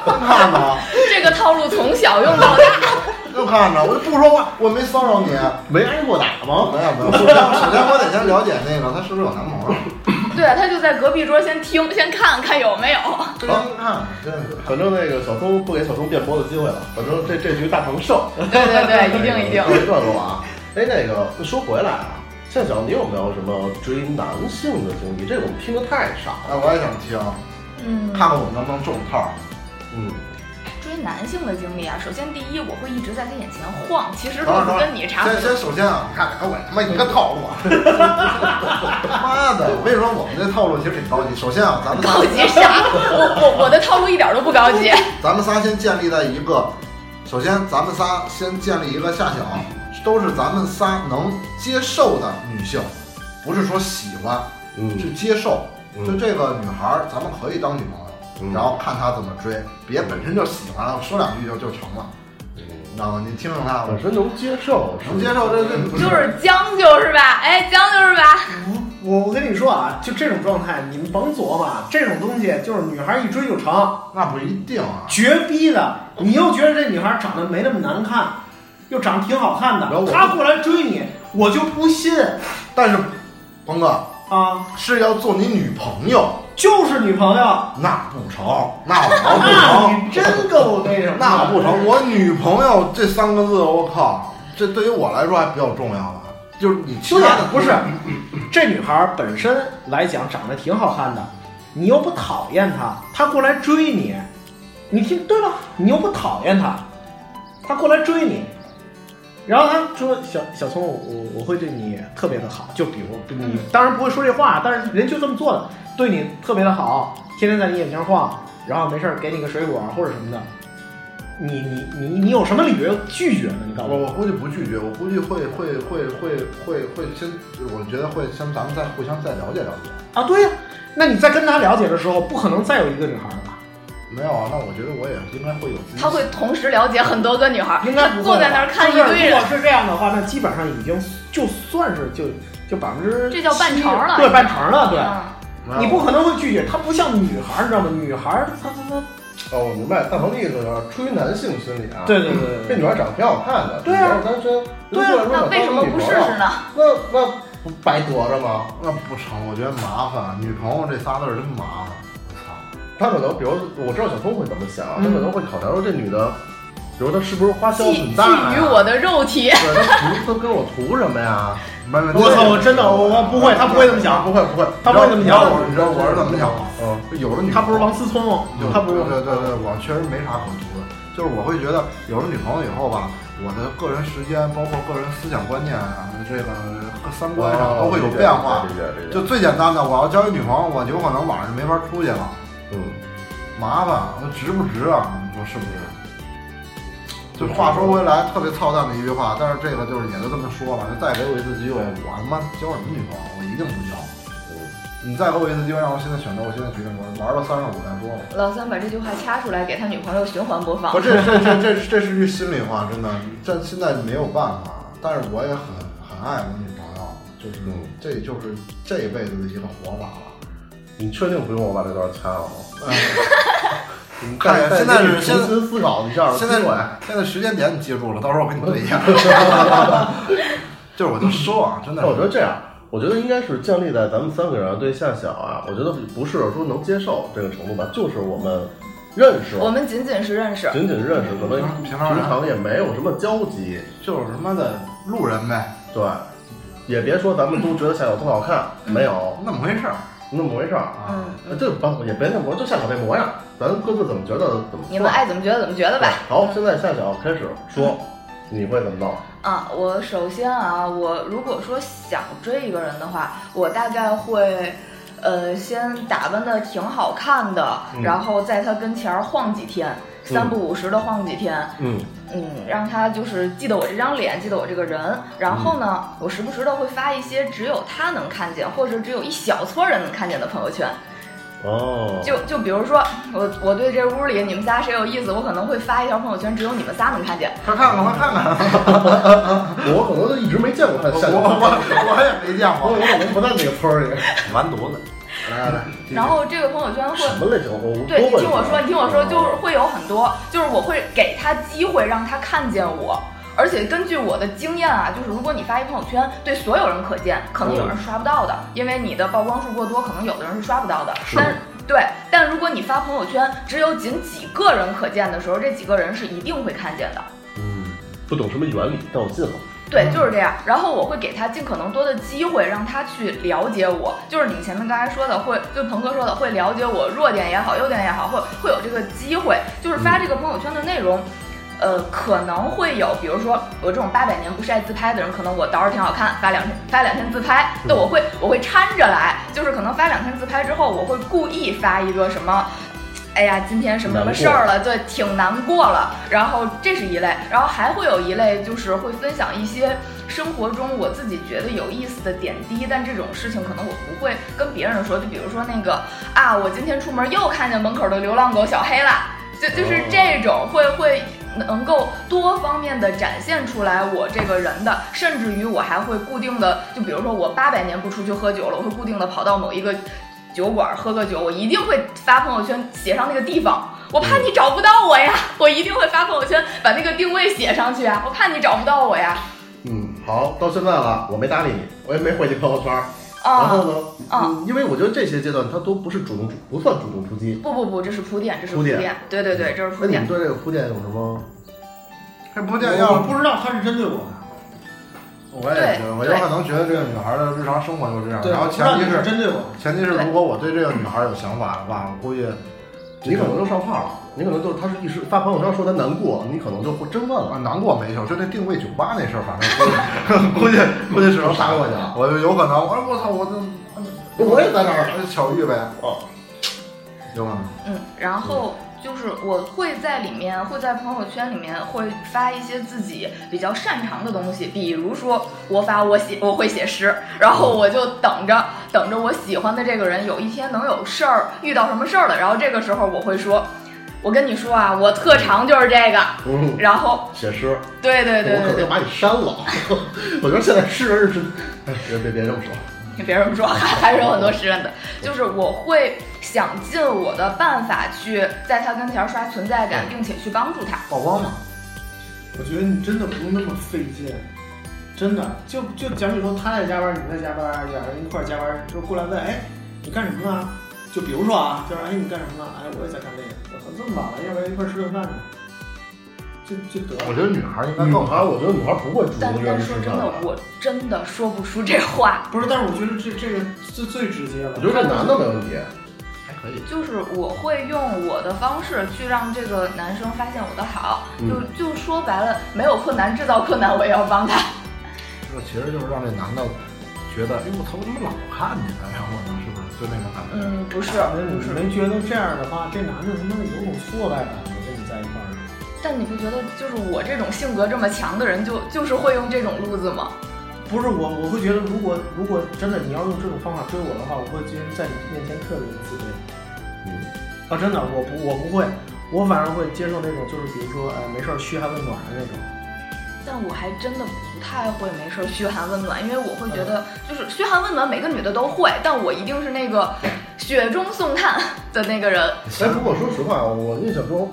真看着，这个套路从小用到大。就看着，我就不说话，我没骚扰你。没挨过打吗？没有没有，首先首先我得先了解那个她是不是有男朋哦友，对，啊他就在隔壁桌先听，先看看有没有。真看真的。反正那个小松不给小松辩驳的机会了，反正这这局大成胜。哎对对对，一定一定。别断路啊！哎，那个说回来啊，夏小，你有没有什么追男性的经历？这个我们听的太少了。哎，我也想听，嗯，看看我能不能中套。嗯，追男性的经历啊，首先第一，我会一直在他眼前晃，其实等会都儿等是会儿跟你差不先多。先首先啊，你看哎我他妈一个套 路啊！妈的，我跟你说，我们这套路其实挺高级。首先啊，咱们仨 高级啥？我我我的套路一点都不高级。咱们仨先建立在一个，首先咱们仨先建立一个下小，都是咱们仨能接受的女性，不是说喜欢，嗯是接受。嗯就这个女孩儿，咱们可以当女朋友，嗯然后看她怎么追，别本身就喜欢了，说两句就就成了，你知道吗？你听听她，本身嗯能接受，能接受这这不就是将就是吧，哎，将就是吧， 我我跟你说啊，就这种状态，你们甭琢磨，啊这种东西就是女孩一追就成，那不一定啊。绝逼的。你又觉得这女孩长得没那么难看，又长得挺好看然后的，我她过来追你，我就不信但是，峰哥啊，是要做你女朋友，就是女朋友。那不成，那我不那成 你。真够那什么的，那不成，我女朋友这三个字，我靠，这对于我来说还比较重要了。就是你其对他呀的，不是，这女孩本身来讲长得挺好看的，你又不讨厌她，她过来追你，你听对吧？你又不讨厌她，她过来追你，然后她说：“小小聪，我我我会对你特别的好。”就比如嗯你当然不会说这话，但是人就这么做的，对你特别的好，天天在你眼前晃，然后没事儿给你个水果或者什么的。你你你你有什么理由拒绝呢？你告诉我我估计不拒绝，我估计会会会会会会先，我觉得会先咱们再互相再了解了解。啊，对呀、那你在跟他了解的时候，不可能再有一个女孩了吧？没有啊，那我觉得我也应该会有自己。他会同时了解很多个女孩，应该不会吧坐在那儿看一堆就是如人。果是这样的话，那基本上已经就算是就就百分之这叫半成了对半成了，对。嗯没有你不可能会拒绝，她不像女孩，你知道吗？女孩，她她她，哦，我明白大鹏的意思就是出于男性心理啊。对对对这对女对，孩长得挺好看的，对啊你要是单身，对啊人家过来那说想当为什么你不女试朋友试？呢？那那不白得着吗？那不成，我觉得麻烦。啊女朋友这仨字儿真麻烦。我操！他可能，比如我知道小聪会怎么想，他嗯可能会考察说这女的，比如她是不是花销觊很大呀、觊觎我的肉体，对，她图她跟我图什么呀？没没，我操，我真的我我不会，她不会这么想，不会不会，她不会这么你知道想，我你知道我是怎么想吗？嗯，有的女她不是王思聪就，她不是对对对对，我确实没啥可图的，就是我会觉得有了女朋友以后吧，我的个人时间，包括个人思想观念啊，这个三观上哦都会有变化理。解理解。就最简单的，我要交一女朋友，我有可能晚上就没法出去了，嗯，麻烦，我值不值啊？你说是不是？就话说回来，特别操蛋的一句话，但是这个就是也就这么说吧，就再给我一次机会，我他妈交什么女朋友，我一定不交。嗯你再给我一次机会，让我现在选择，我现在决定，我玩到三十五再说吧。老三把这句话掐出来，给他女朋友循环播放不，。这这这这这是句心里话，真的，这现在没有办法。但是我也很很爱我女朋友，就是嗯这就是这一辈子的一个活法了。你确定不用我把这段掐了吗？你看再现在再是给你现在重新思考一下，现在机会现在时间点你记住了，到时候我给你对 一下。就是我就说啊，真的那是，我觉得这样，我觉得应该是建立在咱们三个人啊对夏小啊，我觉得不是说能接受这个程度吧，就是我们认识，我们仅仅是认识，仅仅认识，可能平平常人常也没有什么交集，就是他妈的路人呗，对，也别说咱们都觉得夏小特好看，没有那么回事儿那么回事儿，啊。嗯，这帮也别那么说，就夏小这模样，咱各自怎么觉得怎么你们算爱怎么觉得怎么觉得吧。好，现在夏小开始说，你会怎么弄？啊，我首先啊，我如果说想追一个人的话，我大概会，呃，先打扮的挺好看的，嗯然后在他跟前儿晃几天，三不五十的晃几天，嗯嗯，让他就是记得我这张脸，记得我这个人。然后呢，我时不时的会发一些只有他能看见，或者只有一小撮人能看见的朋友圈。哦，就就比如说，我我对这屋里你们仨谁有意思，我可能会发一条朋友圈，只有你们仨能看见。快看看，快看看！我可能就一直没见过他 我夏小，我我我也没见过我，可能不在那个村儿里。完犊子！来来来，继续嗯然后这个朋友圈会什么类型？我对你听我多问一下啊嗯说，你听我说，就是会有很多，就是我会给他机会让他看见我，而且根据我的经验啊，就是如果你发一朋友圈对所有人可见，可能有人是刷不到的，因为你的曝光数过多，可能有的人是刷不到的。是但对，但如果你发朋友圈只有仅几个人可见的时候，这几个人是一定会看见的。嗯，不懂什么原理，但我信了。对，就是这样。然后我会给他尽可能多的机会，让他去了解我。就是你前面刚才说的，会就鹏哥说的，会了解我弱点也好，优点也好，会会有这个机会。就是发这个朋友圈的内容，呃，可能会有，比如说我这种八百年不晒自拍的人，可能我倒是挺好看，发两天发两天自拍，对，我会我会掺着来，就是可能发两天自拍之后，我会故意发一个什么。哎呀，今天什么什么事儿了？对，挺难过了。然后这是一类，然后还会有一类就是会分享一些生活中我自己觉得有意思的点滴，但这种事情可能我不会跟别人说。就比如说那个啊，我今天出门又看见门口的流浪狗小黑了，就就是这哦种会会能够多方面的展现出来我这个人的，甚至于我还会固定的，就比如说我八百年不出去喝酒了，我会固定的跑到某一个酒馆喝个酒，我一定会发朋友圈写上那个地方，我怕嗯你找不到我呀，我一定会发朋友圈把那个定位写上去啊，我怕你找不到我呀。嗯，好，到现在了，我没搭理你，我也没回你朋友圈。然啊、后呢，啊嗯，因为我觉得这些阶段它都不是主动出，不算主动出击。不不不，这是铺垫，这是铺铺垫垫，对对对，这是那铺你垫们。对这个铺垫有什么？这部电影要我是不知道他是针对我的，我也觉得，我有可能觉得这个女孩的日常生活就是这样。对，然后我不知前道提你是是，针对我的。前提是对如果我对这个女孩有想法的话，我估计你可能就上话了，你可能就他是一时发朋友圈说他难过，你可能就会真问啊了。难过没事儿，就那定位酒吧那事儿，反正估计 估计估计只能杀过去了。我就有可能，我说我操，我这我也在这儿，就巧遇呗。哦，有可能。嗯，然后就是我会在里面，会在朋友圈里面会发一些自己比较擅长的东西，比如说我发我写我会写诗，然后我就等着等着我喜欢的这个人有一天能有事儿遇到什么事儿了，然后这个时候我会说，我跟你说啊，我特长就是这个，嗯，然后写诗，对对对我可对能对要，把你删了。 我觉得现在诗人是，哎，别别别这么说。你别这么说， 还还是有很多诗人的。就是我会想尽我的办法去在他跟前刷存在感，并且去帮助他。曝光嘛，我觉得你真的不用那么费劲，真的就就假比说他在加班，你在加班，两个人一块儿加班，就是过来问，哎，你干什么呢？就比如说啊，就是哎你干什么呢？哎我也在干这个，我操这么晚了，要不然一块儿吃顿饭去，就就得我了。觉得女孩应该女更孩，好。我觉得女孩不会主但动约但你说吃真饭的，的。我真的说不出这话。不是，但是我觉得这这个最最直接了我。觉得这男的没问题，还可以。就是我会用我的方式去让这个男生发现我的好，嗯就就说白了，没有困难制造困难，我也要帮他。这其实就是让这男的觉得，哎呦我操，我怎么老看你呢？然后呢，是不是就那种感觉？嗯，不是，那你是没觉得这样的话，这男的他妈有种挫败感吗？跟你在一块儿，但你不觉得就是我这种性格这么强的人就，就是会用这种路子吗？不是我，我会觉得如果如果真的你要用这种方法追我的话，我会觉得在你面前特别的自卑。嗯，啊，真的，我不我不会，我反而会接受那种就是比如说呃没事儿嘘寒问暖的那种。但我还真的不太会没事儿嘘寒问暖，因为我会觉得就是嘘寒问暖，每个女的都会，但我一定是那个雪中送炭的那个人。哎，不过说实话，我印象中，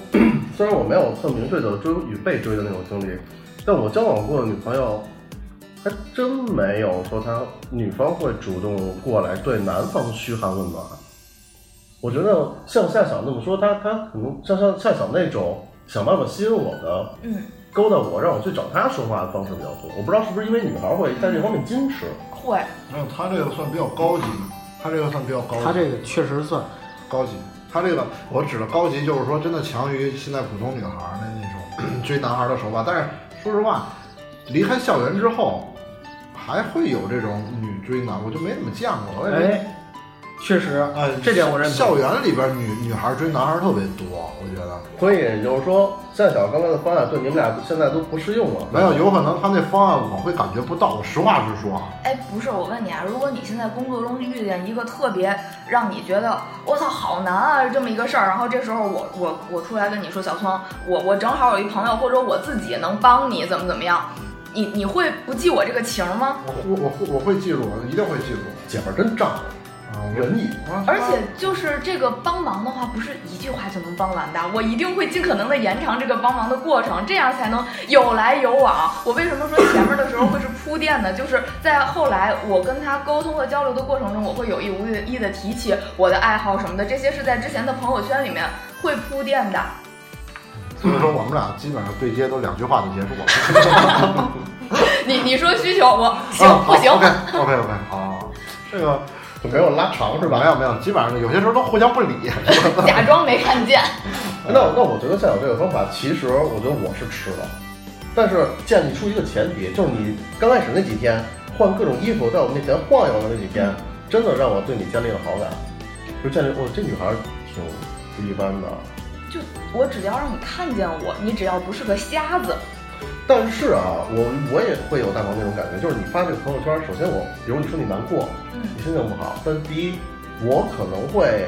虽然我没有特明确的追与被追的那种经历，但我交往过的女朋友，还真没有说她女方会主动过来对男方嘘寒问暖。我觉得像夏晓那么说，她她可能像像夏晓那种想办法吸引我的、嗯，勾搭我，让我去找她说话的方式比较多。我不知道是不是因为女孩会在这方面矜持。会。没有，他这个算比较高级，他这个算比较高级。他这个确实算，高级，他这个我指的高级就是说真的强于现在普通女孩儿的那种 追男孩儿的手法。但是说实话，离开校园之后，还会有这种女追男，我就没怎么见过。我也没，哎，确实，啊哎这点我认同校园里边儿女女孩儿追男孩儿特别多，我觉得所以也就是说，夏晓刚才的方案对你们俩现在都不适用了。没有，有可能他那方案我会感觉不到。我实话实说啊，哎，不是，我问你啊，如果你现在工作中遇见一个特别让你觉得我操好难啊这么一个事儿，然后这时候我我我出来跟你说，小聪，我我正好有一朋友或者我自己能帮你怎么怎么样，你你会不记我这个情吗？嗯我会我会我会记住，我一定会记住姐们儿真仗啊！我仁义。嗯我而且就是这个帮忙的话，不是一句话就能帮完的，我一定会尽可能的延长这个帮忙的过程，这样才能有来有往。我为什么说前面的时候会是铺垫呢？就是在后来我跟他沟通和交流的过程中，我会有意无意的提起我的爱好什么的，这些是在之前的朋友圈里面会铺垫的。 所以说我们俩基本上对接都两句话就结束了。你你说需求我行嗯不行？ ？OK OK 好，这个就没有拉长是吧？没有没有，基本上有些时候都互相不理。假装没看见。那那我觉得像我这个方法，其实我觉得我是吃的，但是建立出一个前提，就是你刚开始那几天换各种衣服在我面前晃悠的那几嗯天，真的让我对你建立了好感，就建立我、这女孩儿挺不一般的。就我只要让你看见我，你只要不是个瞎子，但是啊，我我也会有大毛那种感觉，就是你发这个朋友圈，首先我，比如你说你难过，嗯你心情不好，但第一，我可能会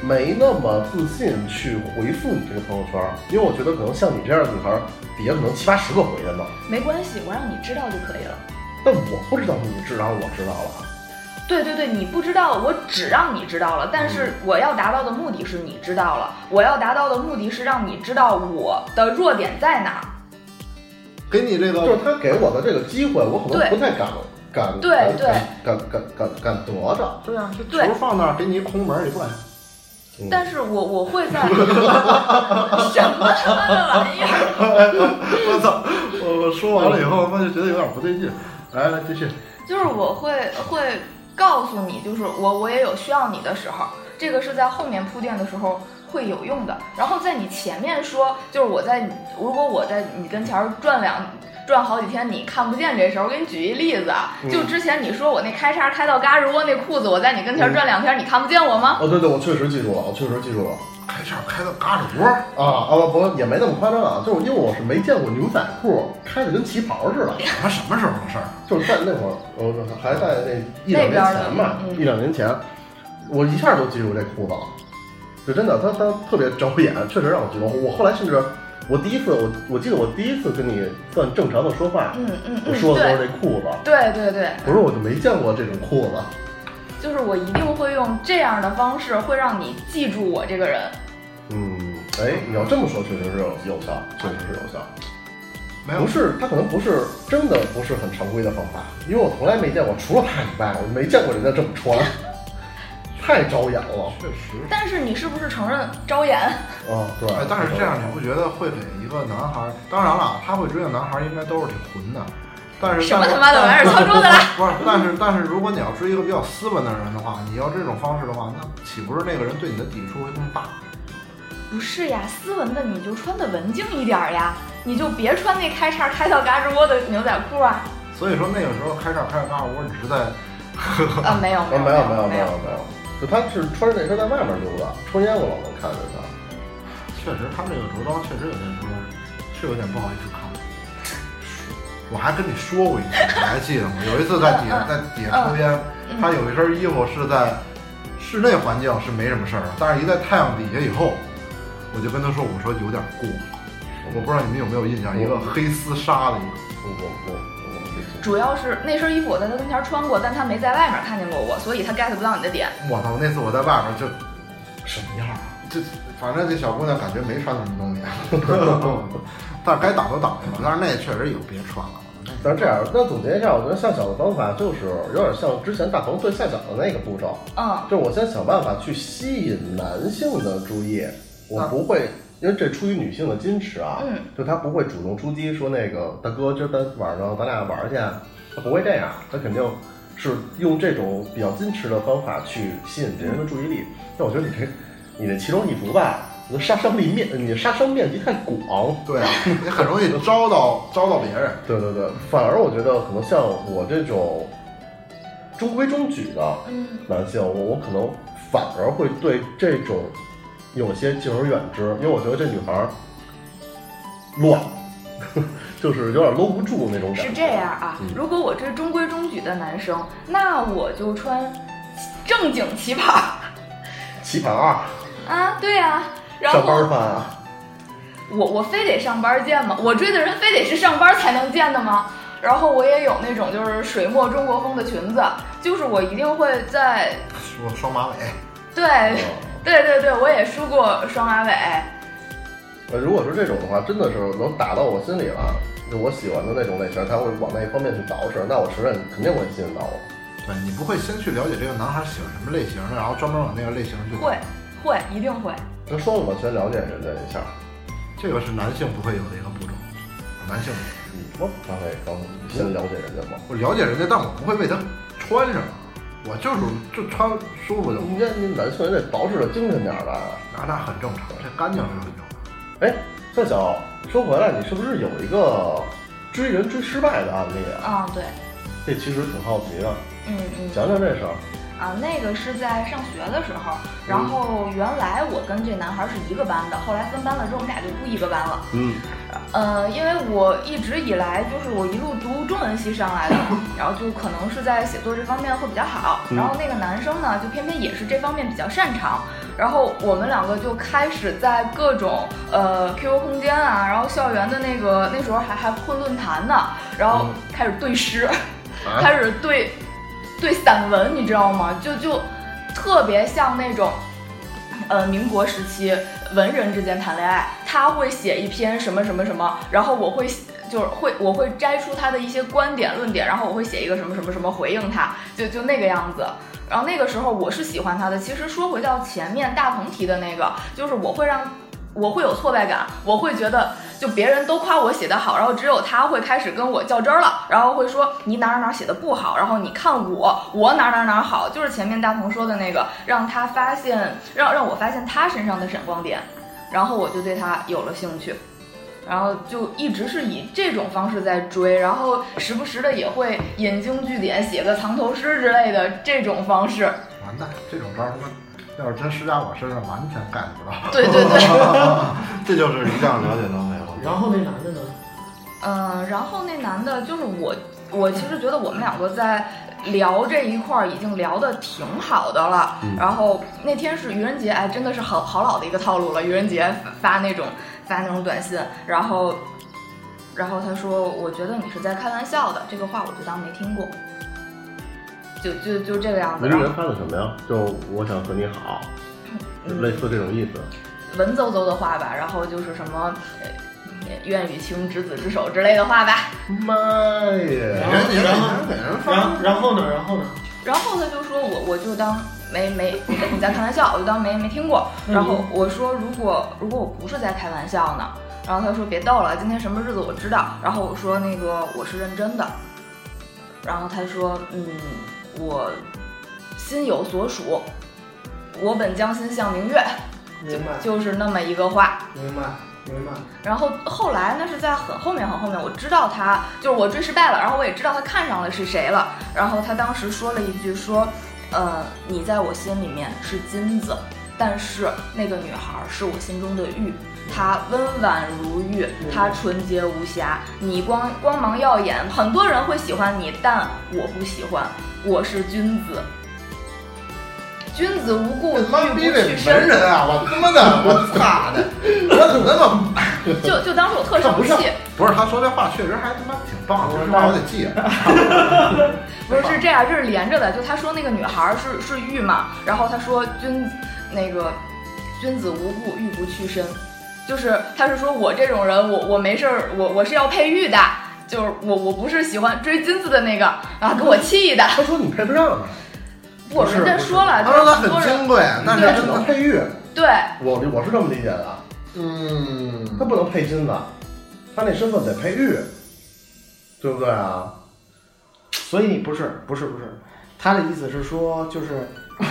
没那么自信去回复你这个朋友圈，因为我觉得可能像你这样的女孩，底下可能七八十个回的呢，没关系，我让你知道就可以了。但我不知道你知道，我知道了，对对对，你不知道，我只让你知道了。但是我要达到的目的是你知道了，我要达到的目的是让你知道我的弱点在哪儿。给你这就是个，他给我的这个机会，我可能嗯对不太敢敢对敢对敢敢敢敢敢得着，对啊，这对球放那儿，给你一空门儿，你不敢嗯但是我我会在 什么他妈的玩意儿？ 我操！我我说完了以后，他妈就觉得有点不对劲。来来，继续。就是我会会告诉你，就是我我也有需要你的时候，这个是在后面铺垫的时候会有用的。然后在你前面说，就是我在你如果我在你跟前儿转两。转好几天你看不见这事儿，我给你举一例子啊，就之前你说我那开叉开到嘎吱窝那裤子，我在你跟前儿转两天，你看不见我吗？哦对对，我确实记住了，我确实记住了。开叉开到嘎吱窝儿，啊啊不不也没那么夸张啊，就是因为我是没见过牛仔裤开的跟旗袍似的，哎他妈什么时候的事儿？啊就是在那会儿，我还在那一两那边年儿前吧，的嗯一两年前，我一下就记住这裤子了，就真的，它它特别招眼， 确实让我觉得，我后来甚至我第一次，我我记得我第一次跟你算正常的说话，嗯嗯我嗯，说的对都是这裤子，对对对，我说我就没见过这种裤子，就是我一定会用这样的方式，会让你记住我这个人。嗯，哎，你要这么说，确实是有效，确实是有效。没有不，是，他可能不是真的不是很常规的方法，因为我从来没见过，除了他以外，我没见过人家这么 穿，太招眼了。确实是。但是你是不是承认招眼？啊，对哎，，但是这样你不觉得会给一个男孩儿？当然了，啊他会追的男孩儿应该都是挺混的，但是什么但是他妈的玩意儿，敲桌子啦！不是，但是但是，如果你要追一个比较斯文的人的话，你要这种方式的话，那岂不是那个人对你的抵触会更大？不是呀，斯文的你就穿的文静一点儿呀，你就别穿那开叉开到嘎吱窝的牛仔裤 啊！所以说那个时候开叉开着嘎窝，你是在啊，没有啊，没没有有没有没有没没有，就他是穿着那身在外面溜达，抽烟我老能看见他。确实他这个着装确实有点时候是有点不好意思看。我还跟你说过一次，你还记得吗？有一次在底下在底下抽烟，他有一身衣服是在室内环境是没什么事儿的，但是一在太阳底下以后，我就跟他说，我说有点过了。我不知道你们有没有印象，一个黑丝纱的一个。我我我我，主要是那身衣服我在他跟前穿过，但他没在外面看见过我，所以他 get 不到你的点。我操！那次我在外面就什么样啊？就反正这小姑娘感觉没穿什么东西， 但是该挡都挡去了，但是那确实有别穿了。但是这样，那总结一下，我觉得下小的方法就是有点像之前大鹏对下小的那个步骤，嗯，就是我先想办法去吸引男性的注意，我啊不会，因为这出于女性的矜持啊，嗯就他不会主动出击，说那个大哥，今儿咱晚上咱俩玩儿去，他不会这样，他肯定是用这种比较矜持的方法去吸引别人的注意力。但我觉得你这，你这奇装异服吧，你的杀伤力面，你的杀伤面积太广。对啊，你很容易招到招到别人。对对对，反而我觉得可能像我这种中规中矩的，嗯，男性，我我可能反而会对这种有些敬而远之，因为我觉得这女孩儿乱， 就是有点搂不住那种感觉。是这样啊嗯。如果我追中规中矩的男生，那我就穿正经旗袍旗袍啊，啊，对呀、然上班后儿饭啊，我我非得上班见吗？我追的人非得是上班才能见的吗？然后我也有那种就是水墨中国风的裙子，就是我一定会在说双马尾，对嗯 对对对，我也梳过双马尾，呃如果是这种的话，真的是能打到我心里了。就我喜欢的那种类型，他会往那方面去捯饬，那我承认肯定会吸引到我。对你不会先去了解这个男孩喜欢什么类型的，然后专门往那个类型去。会会一定会。那说了嘛，先了解人家一下，这个是男性不会有的一个步骤，男性嗯，我发挥高，先了解人家嘛。我了解人家，但我不会为他穿上，我就是就穿舒服就好。你这你咱村也得捯饬的精神点儿吧。那那很正常，这干净是很正常。哎，那小说回来，你是不是有一个追人追失败的案例啊？啊，对，这其实挺好奇的，嗯嗯。讲讲这事儿。啊，那个是在上学的时嗯候，然后原来我跟这男孩是一个班的，后来分班了之后，我们俩就不一个班了。嗯，呃，因为我一直以来就是我一路读中文系上来的，然后就可能是在写作这方面会比较好。嗯然后那个男生呢，就偏偏也是这方面比较擅长。然后我们两个就开始在各种呃 QQ 空间啊，然后校园的那个那时候还还混论坛呢，然后嗯开始对诗，啊 开始对对散文，你知道吗？就就特别像那种呃，民国时期文人之间谈恋爱，他会写一篇什么什么什么，然后我会写就是会我会摘出他的一些观点论点，然后我会写一个什么什么什么回应他，就就那个样子。然后那个时候我是喜欢他的。其实说回到前面大鹏提的那个，就是我会让。我会有挫败感，我会觉得就别人都夸我写得好，然后只有他会开始跟我较真儿了，然后会说你哪儿哪儿写的不好，然后你看我，我哪儿哪儿哪儿好，就是前面大鹏说的那个，让他发现，让让我发现他身上的闪光点，然后我就对他有了兴趣，然后就一直是以这种方式在追，然后时不时的也会引经据典，写个藏头诗之类的这种方式，完蛋，这种招儿他妈要是真施加我身上，完全 get 不着。 对对对。这就是一样了解到没有？然后那男的呢？嗯，然后那男的，就是我，我其实觉得我们两个在聊这一块儿已经聊得挺好的了。嗯然后那天是愚人节，哎，真的是好好老的一个套路了。愚人节发发那种发那种短信，然后，然后他说，我觉得你是在开玩笑的，这个话我就当没听过，就就就这个样子。文然后人发的什么呀？就我想和你好，就类似这种意思。文绉绉的话吧，然后就是什么，呃愿与卿执子之手之类的话吧。妈耶！然后人然后人给人然发后然后呢？然后呢？然后他就说我我就当没没你在你在开玩笑，我就当没没听过。嗯然后我说如果如果我不是在开玩笑呢？然后他说别逗了，今天什么日子我知道。然后我说那个我是认真的。然后他说嗯，我心有所属，我本将心向明月，明白，就是那么一个话。明白，明白。然后后来那是在很后面很后面，我知道他就是我追失败了，然后我也知道他看上了是谁了。然后他当时说了一句说，呃，你在我心里面是金子，但是那个女孩是我心中的玉，她温婉如玉，她纯洁无瑕，你光光芒耀眼，很多人会喜欢你，但我不喜欢，我是君子。君子无故，他妈逼玉不这去文身。人啊！我他妈的，我操的！我怎么那么就就当时我特这生不是啊气，不是，他说这话确实还他妈挺棒的，这话我得记。啊不是是这样，这是连着的。就他说那个女孩儿是是玉嘛，然后他说君那个君子无故玉不屈身，就是他是说我这种人，我我没事儿，我我是要配玉的，就是我我不是喜欢追金子的那个啊，给我气的。他说你配不上啊，我不是人家不是说了，他就是说他很多很人金贵，但是真的配玉，对我我是这么理解的，啊嗯，他不能配金子，他那身份得配玉，对不对啊？所以你不是不是不是，他的意思是说，就是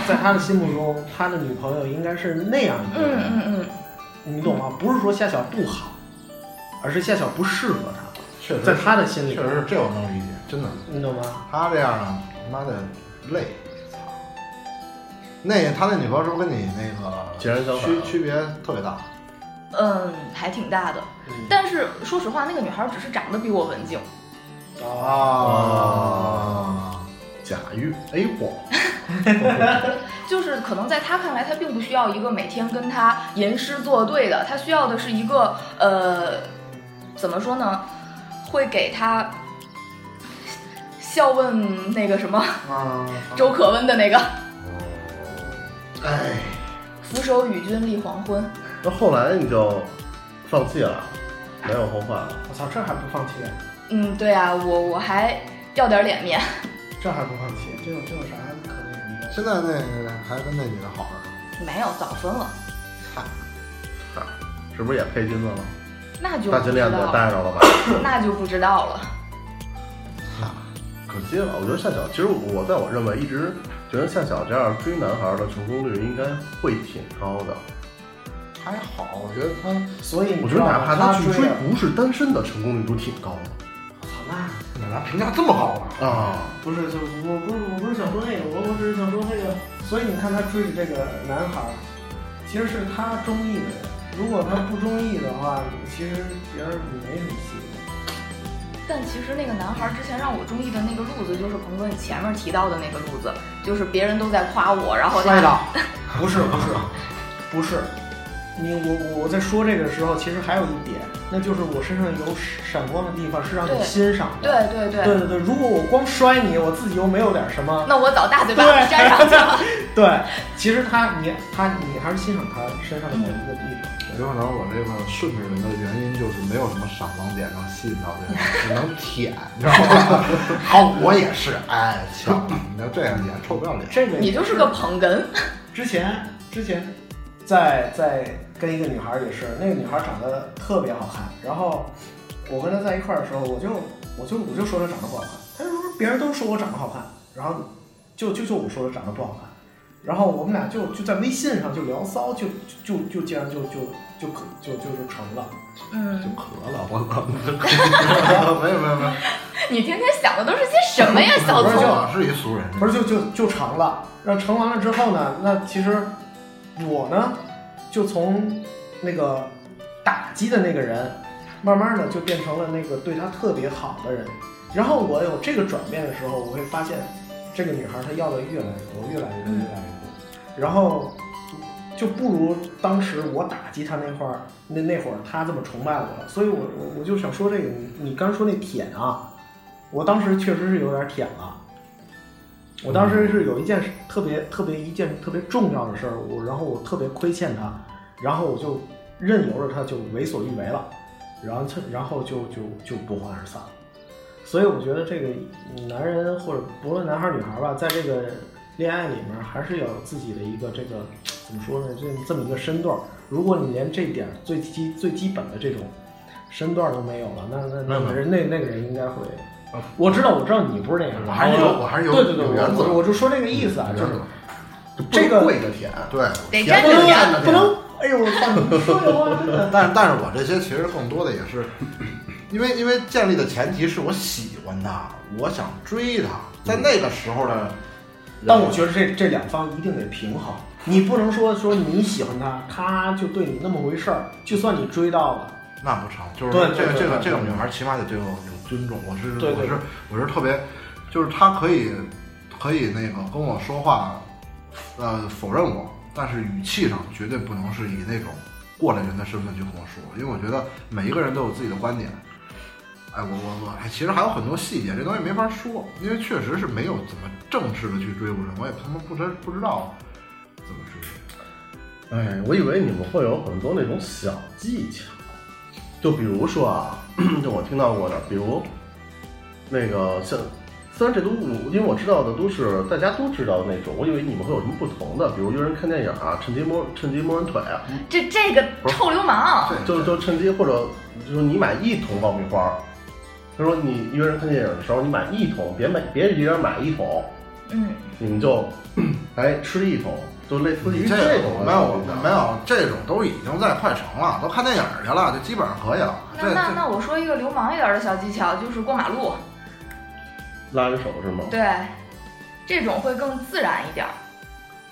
在他的心目中，他的女朋友应该是那样一个嗯人，嗯嗯，你懂吗？不是说夏小不好，而是夏小不适合他，确在实，他的心确里，实这我能理解，真的。你懂吗？他这样啊，他妈的累，操！那他那女朋友是不是跟你那个截然相反啊区区别特别大？嗯，还挺大的。嗯但是说实话，那个女孩儿只是长得比我文静，哦啊，假玉 A 货，就是可能在他看来，他并不需要一个每天跟他吟诗作对的，他需要的是一个呃，怎么说呢，会给他笑问那个什么啊，周可温的那个哎， “俯首与君立黄昏那后来你就放弃了，没有后话了。我操，这还不放弃？”。嗯，对啊，我我还要点脸面。这还不放弃？这有这有啥可那什么的？现在那个还跟那女的好着呢。没有，早分了。是不是也配金子了？那就大不金知链道子了，戴着了吧？那就不知道了。可惜了，我觉得夏小，其实我在我认为一直觉得夏小这样追男孩的成功率应该会挺高的。还好，我觉得他所以你我知觉得道哪吗？怕他去追追了，不是单身的，成功率都挺高好啊吧，奶奶评价这么高啊？的啊。不是，就我不是我不是想说那个，我我只是想说那个。所以你看他追的这个男孩儿，其实是他中意的人。如果他不中意的话，其实别人你没什么戏。但其实那个男孩之前让我中意的那个路子，就是鹏哥你前面提到的那个路子，就是别人都在夸我，然后他摔倒， 不是不是不是，你我我我在说这个时候，其实还有一点，那就是我身上有闪光的地方是让你对欣赏对的。对对，对对对，如果我光摔你，我自己又没有点什么，那我早大嘴巴对子扇上去了。对，其实他你他你还是欣赏他身上的某一个地方。有可能我这个顺着人的原因就是没有什么闪光点能吸引到别人，只能舔，你知道吗？ 好，我也是，哎，巧，你要这样也臭不要脸。这个你就是个捧哏，之前之前在在跟一个女孩儿也是，那个女孩儿长得特别好看，然后我跟她在一块儿的时候，我就我就我就说她长得不好看，她就说别人都说我长得好看，然后就就就我说她长得不好看，然后我们俩就就在微信上就聊骚，就就就就竟然就就就可就就就成了。就嗯，咳了，我操！ 没有没有没有，你天天想的都是些什么呀，小不是，就聪？我是一俗人，不是就就就成了。那成完了之后呢，那其实我呢，就从那个打击的那个人，慢慢的就变成了那个对他特别好的人。然后我有这个转变的时候，我会发现这个女孩她要的越来越多，越来越多，越来越多。然后就不如当时我打击她那块儿，那那会儿她这么崇拜我了。所以我我我就想说这个，你你刚说那舔啊，我当时确实是有点舔了。我当时是有一件事特别特别一件特别重要的事儿，我然后我特别亏欠他，然后我就任由着他就为所欲为了，然后他然后就就就不欢而散了。所以我觉得这个男人或者不论男孩儿女孩儿吧，在这个恋爱里面儿还是有自己的一个这个怎么说呢，这这么一个身段儿。如果你连这点儿最基最基本的这种身段儿都没有了，那那那个人那那个人应该会。我知道，我知道你不是那样，啊我还是有，我还是有对对对，有原我则，我我就说这个意思啊，有就是原则这个跪着舔，对。得舔站不着能点。站着不舔。能，哎呦我操，你说这话真的，但但是我这些其实更多的也是，因为因为建立的前提是我喜欢他，我想追他，在那个时候的，嗯但我觉得这这两方一定得平衡，你不能说说你喜欢他，他就对你那么回事儿，就算你追到了，那不成，就是对对这个对这个对这个女孩起码得对我有尊重，我是对对我是我是特别，就是她可以可以那个跟我说话，呃否认我，但是语气上绝对不能是以那种过来人的身份去跟我说，因为我觉得每一个人都有自己的观点。哎，我我我，哎，其实还有很多细节，这东西没法说，因为确实是没有怎么正式的去追过人，我也他妈不知不知道怎么追。哎，我以为你们会有很多那种小技巧，就比如说啊， 就我听到过的，比如那个像，虽然这都我因为我知道的都是大家都知道的那种，我以为你们会有什么不同的，比如约人看电影啊，趁机摸趁机摸人腿啊，这这个臭流氓，对，就就趁机或者就是你买一桶爆米花，他说你约人看电影的时候你买一桶，别买别一人买一桶，嗯，你们就哎吃一桶，就类似于这这种种没有的没有，这种都已经在快城了，都看电影去了，就基本上可以了。那这那这那我说一个流氓一点的小技巧，就是过马路，拉着手是吗？对，这种会更自然一点。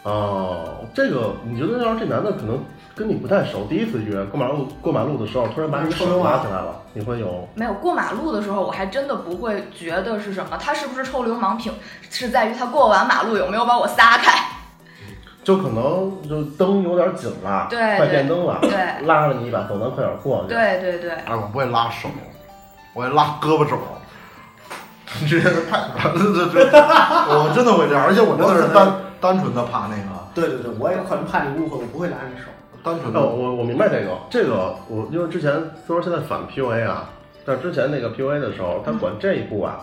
哦，这个你觉得要是这男的可能跟你不太熟，第一次约过马路过马路的时候，突然把你手拉起来了，你会有没有过马路的时候，我还真的不会觉得是什么，他是不是臭流氓品，是在于他过完马路有没有把我撒开。就可能就灯有点紧了，对快变灯了，对拉着你一把，走咱快点过去。对对对，哎，我不会拉手，我会拉胳膊肘，直接就拍。 这这，我真的会这样，而且我真的是单单纯的怕那个，对对对，我也可能怕你误会，我不会拉你手。单纯哦，的我我明白这个，这个我因为之前虽说现在反 PUA 啊，但是之前那个 PUA 的时候，嗯他管这一步啊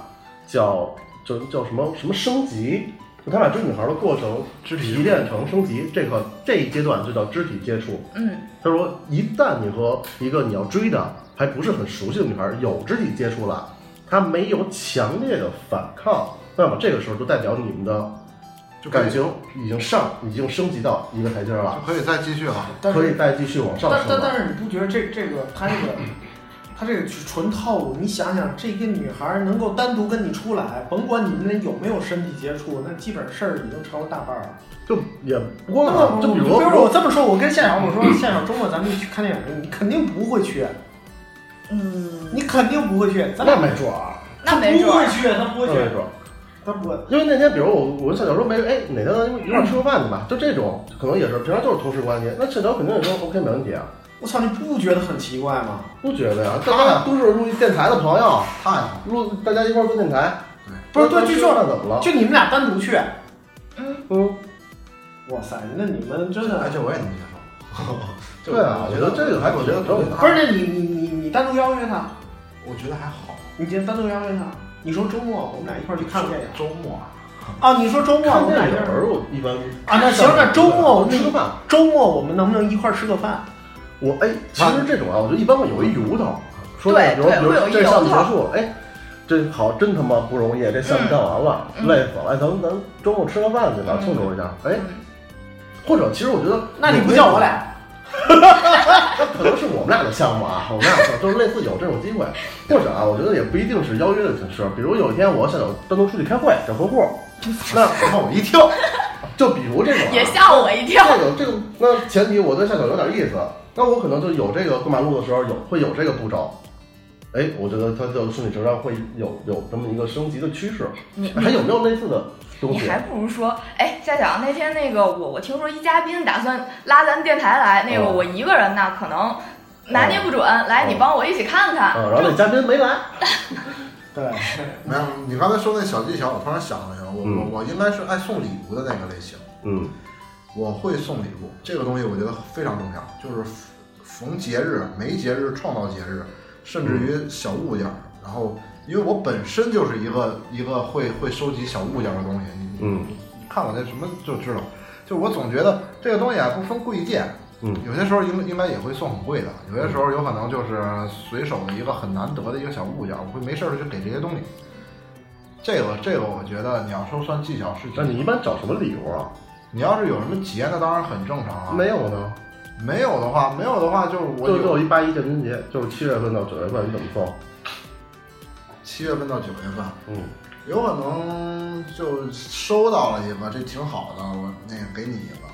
叫就叫什么什么升级，就他把追女孩的过程肢体提炼成升级，这个这一阶段就叫肢体接触。嗯，他说，一旦你和一个你要追的还不是很熟悉的女孩有肢体接触了，她没有强烈的反抗，那么这个时候就代表你们的就可以感情已经上已经升级到一个台阶儿就了，可以再继续了。但可以是再继续往上但升但但了。是你不觉得这这个他这个他这个纯套路？你想想，这个女孩能够单独跟你出来，甭管你们有没有身体接触，那基本事儿已经超过大半儿了。就也不光不了，就比如比如我这么说，我跟夏小我说，夏小周末咱们去看电影，你肯定不会去，嗯，你肯定不会去，咱那俩没准儿，那没准他不儿。会去，他不会那去没，准儿。他不会。因为那天，比如我我跟小乔说没，哎，哪天咱一块儿吃个饭去吧，就这种，可能也是平常就是同事关系，那小乔肯定也说 OK 没问题啊，我操，你不觉得很奇怪吗？不觉得呀？大家都是录电台的朋友，太好，录大家一块儿做电台，不是对那就那怎么了？就你们俩单独去，嗯，嗯，哇塞，那你们真 哎，的这我也能接受。就对啊我我觉得这个还我觉得挺正常不是？那你你你你单独邀约他，我觉得还好。你今天单独邀约他，你说周末我们俩一块儿去看个电影周末啊，啊？你说周末看我们电俩一影块儿儿我一般啊？那行，那周末我们吃个饭，周末我们能不能一块儿吃个饭？我哎，其实这种啊，我觉得一般会有一由头，说对比如对比如会有一这项目由头结束了，哎，这好真他妈不容易，这项目干完了，嗯嗯累死了，哎，咱们咱们周末吃个饭去吧，嗯庆祝一下，哎，嗯或者其实我觉得，那你不叫我俩？可能是我们俩的项目啊， 我们俩的项目就是类似有这种机会，或者啊，我觉得也不一定是邀约的形式，比如有一天我想单独出去开会找客户，那吓我一跳。 就比如这种、啊，也吓我一跳。这个这个，那前提我对夏小有点意思，那我可能就有这个过马路的时候有会有这个步骤，哎，我觉得它就顺理成章会有有这么一个升级的趋势。你还有没有类似的东你西？还不如说，哎，夏晓那天那个我我听说一嘉宾打算拉咱电台来，那个哦我一个人呢可能拿捏不准，来你哦帮我一起看看。啊，然后那嘉宾没来，对，没有，你刚才说那小技巧，我突然想了一下，我嗯我我应该是爱送礼物的那个类型。嗯，我会送礼物，这个东西我觉得非常重要，就是逢节日、没节日、创造节日，甚至于小物件儿。然后，因为我本身就是一个一个会会收集小物件儿的东西，你嗯你看我这什么就知道，就我总觉得这个东西啊不分贵贱，嗯，有些时候应应该也会送很贵的，有些时候有可能就是随手的一个很难得的一个小物件儿，我会没事儿就给这些东西。这个这个，我觉得你要说算技巧是挺那你一般找什么理由啊？你要是有什么节，那当然很正常啊。没有呢，没有的话，没有的话就是我就就有有一八一建军节，就是七月份到九月份，你怎么送？七月份到九月份，嗯，有可能就收到了一个，这挺好的，我那个给你一个，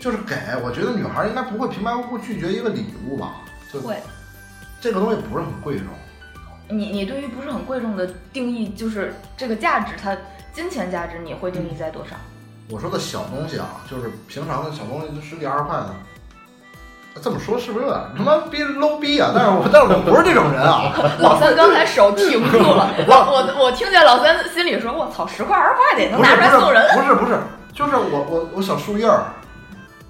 就是给。我觉得女孩应该不会平白无故拒绝一个礼物吧？就会，这个东西不是很贵重，你你对于不是很贵重的定义，就是这个价值，它金钱价值你会定义在多少？我说的小东西啊，就是平常的小东西，就十几二十块的。这么说是不是有点他妈逼 low 逼啊？但是我但是我不是这种人啊，嗯老三刚才手停住了，我我我听见老三心里说：“我操，十块二十块的也能不是拿出来送人。不是不是不是，就是我我我小树叶儿，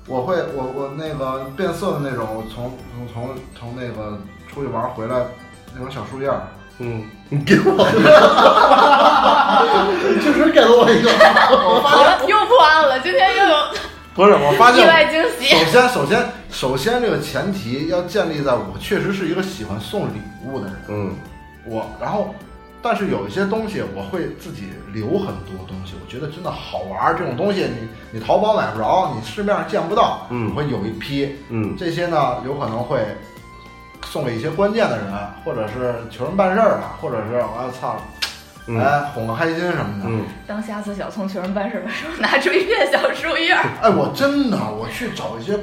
我会我我那个变色的那种，我从从从从那个出去玩儿回来那种小树叶儿，嗯， 你给我，你确实给了我一个，”好了，又破案了，今天又有不是我发意现。外惊喜。首先，首先，首先，这个前提要建立在我确实是一个喜欢送礼物的人。嗯我，然后，但是有一些东西我会自己留很多东西，我觉得真的好玩儿。这种东西你你淘宝买不着，你市面上见不到，嗯我会有一批，嗯这些呢，有可能会送给一些关键的人，啊或者是求人办事儿啊，或者是我操，嗯哎哄个开心什么的。嗯，当下次小宋求人办事的时候，拿出一片小树叶儿，哎，我真的我去找一些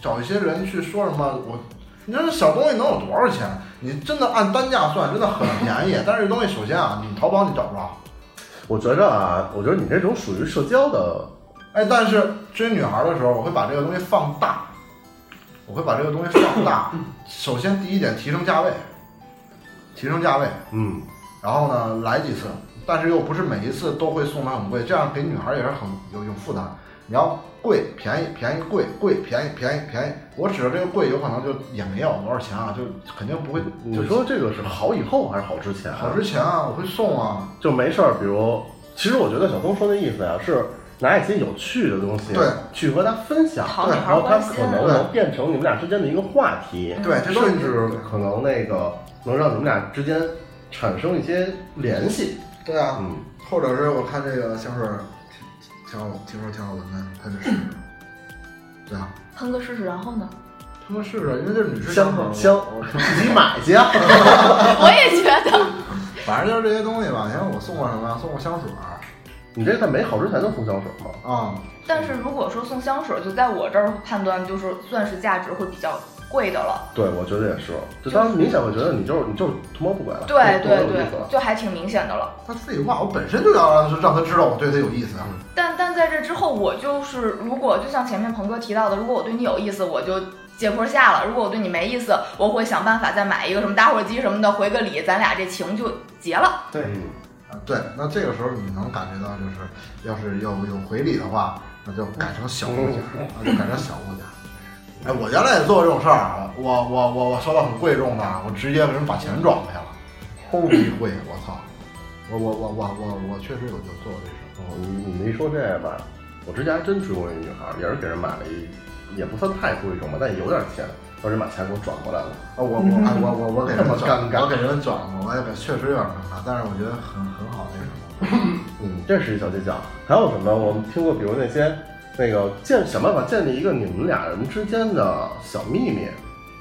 找一些人去说什么我。你说这小东西能有多少钱？你真的按单价算，真的很便宜。但是这东西首先啊，你淘宝你找不着。我觉着啊，我觉得你这种属于社交的，哎，但是追女孩的时候，我会把这个东西放大，我会把这个东西放大。首先第一点，提升价位，提升价位。嗯然后呢来几次，但是又不是每一次都会送她很贵，这样给女孩也是很有有负担。你要贵便宜便宜贵贵便宜便宜便宜，我指的这个贵有可能就也没有多少钱啊，就肯定不会。就你说这个是好以后还嗯是好之前啊？好之前啊，我会送啊，就没事儿，比如，其实我觉得小东说那意思呀、是拿一些有趣的东西对去和他分享，讨对女然孩后他欢可心。能能变成你们俩之间的一个话题，对，这甚甚至至可能那个能让你们俩之间产生一些联系。对啊，嗯，或者是我看这个香水儿挺挺好，听说挺好闻的，喷着试试。对啊，喷个试试，然后呢？他们试试，因为这是女士香口香，自 己买去啊。 我也觉得，反正就是这些东西吧。你看我送过什么呀？送过香水儿你这在没好之前就送香水吗？啊，但是如果说送香水，就在我这儿判断，就是算是价值会比较贵的了。对，我觉得也是，就当时明显会觉得你就是你就是图谋不轨了，对多有对意思了对，就还挺明显的了。他自己话，我本身就要让他让他知道我对他有意思啊。但但在这之后，我就是如果就像前面鹏哥提到的，如果我对你有意思，我就借坡下了；如果我对你没意思，我会想办法再买一个什么打火机什么的，回个礼，咱俩这情就结了。对嗯，啊，对，那这个时候你能感觉到，就是要是有有回礼的话，那就改成小物件嗯儿，那就改成小物件儿。哎，我原来也做过这种事儿啊，我我我我收到很贵重的，啊我直接给人把钱转过去了，哦齁逼贵，我操！我我我我我我确实有有做过这事儿。哦，你你们一说这个吧，我之前还真追过一女孩，也是给人买了一，也不算太贵重吧，但有点钱，让人把钱给我转过来了。啊，我我哎我我我给人转，尴尬我给人转过，我也给确实有点尴尬，但是我觉得很很好那什么。嗯，这是一小技巧。还有什么？我们听过，比如那些那个建想办法建立一个你们俩人之间的小秘密，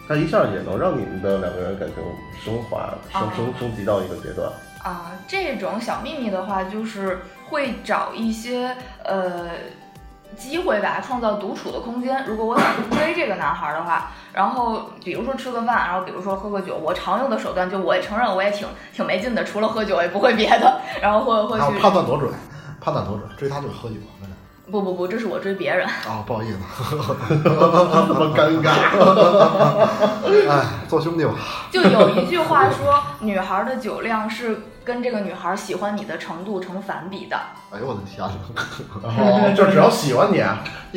它一下也能让你们的两个人感情升华、升升升级到一个阶段。啊，这种小秘密的话，就是会找一些呃机会吧，创造独处的空间。如果我想去追这个男孩的话，然后比如说吃个饭，然后比如说喝个酒，我常用的手段就我也承认我也挺挺没劲的，除了喝酒我也不会别的，然后会会然后去判断多准，判断多准，追他就喝酒那是。不不不，这是我追别人。啊，不好 意思，这么尴尬，哎，做兄弟吧。就有一句话说，女孩的酒量是跟这个女孩喜欢你的程度成反比的。哎呦我的天啊哪！ 然后就只要喜欢你，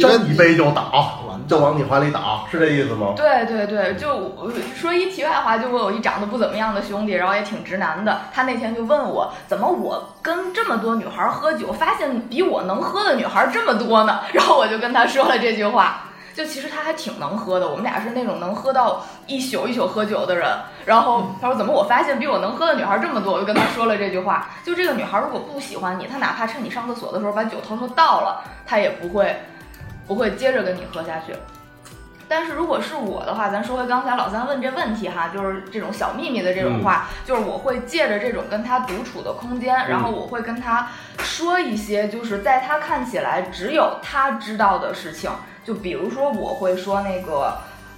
沾一杯就啊倒，完就往你怀里倒，是这意思吗？对对对，就我说一题外话，就我有一长得不怎么样的兄弟，然后也挺直男的。他那天就问我，怎么我跟这么多女孩喝酒，发现比我能喝的女孩这么多呢？ 然后我就跟他说了这句话。就其实他还挺能喝的，我们俩是那种能喝到一宿一宿喝酒的人。然后他说：“怎么我发现比我能喝的女孩这么多？”我就跟他说了这句话。就这个女孩如果不喜欢你，她哪怕趁你上厕所的时候把酒偷偷倒了，她也不会不会接着跟你喝下去。但是如果是我的话，咱说回刚才老三问这问题哈，就是这种小秘密的这种话，就是我会借着这种跟他独处的空间，然后我会跟他说一些就是在他看起来只有他知道的事情，就比如说我会说那个，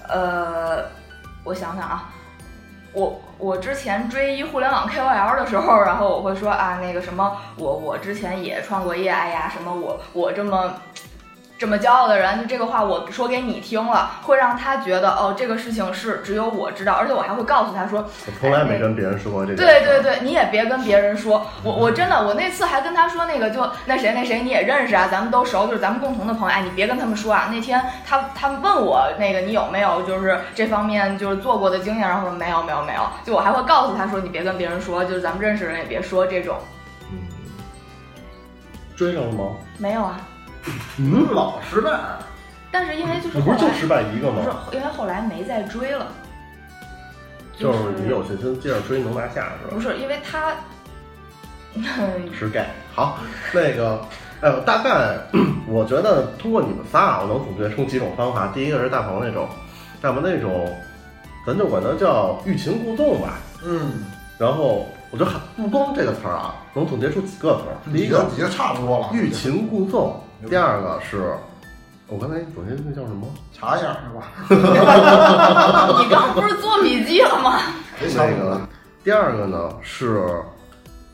呃，我想想啊，我我之前追一互联网 KOL 的时候，然后我会说啊，那个什么，我我之前也创过业，哎呀，什么我我这么。这么骄傲的人，就这个话我说给你听了，会让他觉得哦，这个事情是只有我知道，而且我还会告诉他说，我从来没跟别人说过这个。对对。对，你也别跟别人说，我我真的，我那次还跟他说那个，就那谁那谁你也认识啊，咱们都熟，就是咱们共同的朋友，哎，你别跟他们说啊。那天他他们问我那个你有没有就是这方面就是做过的经验，然后我说没有没有没有，就我还会告诉他说你别跟别人说，就是咱们认识的人也别说这种，嗯，追上了吗？没有啊。嗯，老实呗，但是因为就是你嗯不后来是就失败一个不是吗？因为后来没再追了，就是你有信心接着追能拿下是吧？不是因为 他。是 gay。好，那个，呃，大概 我觉得通过你们仨啊，我能总结出几种方法。第一个是大鹏那种，大鹏那种，咱就管它叫欲擒故纵吧。嗯，然后我觉得不光这个词儿啊，能总结出几个词儿。第你一个就你就差不多了。欲擒故纵，牛逼第二个是，我刚才总结那叫什么？查一下是吧？你刚不是做笔记了吗？ 别想那个我了，第二个呢是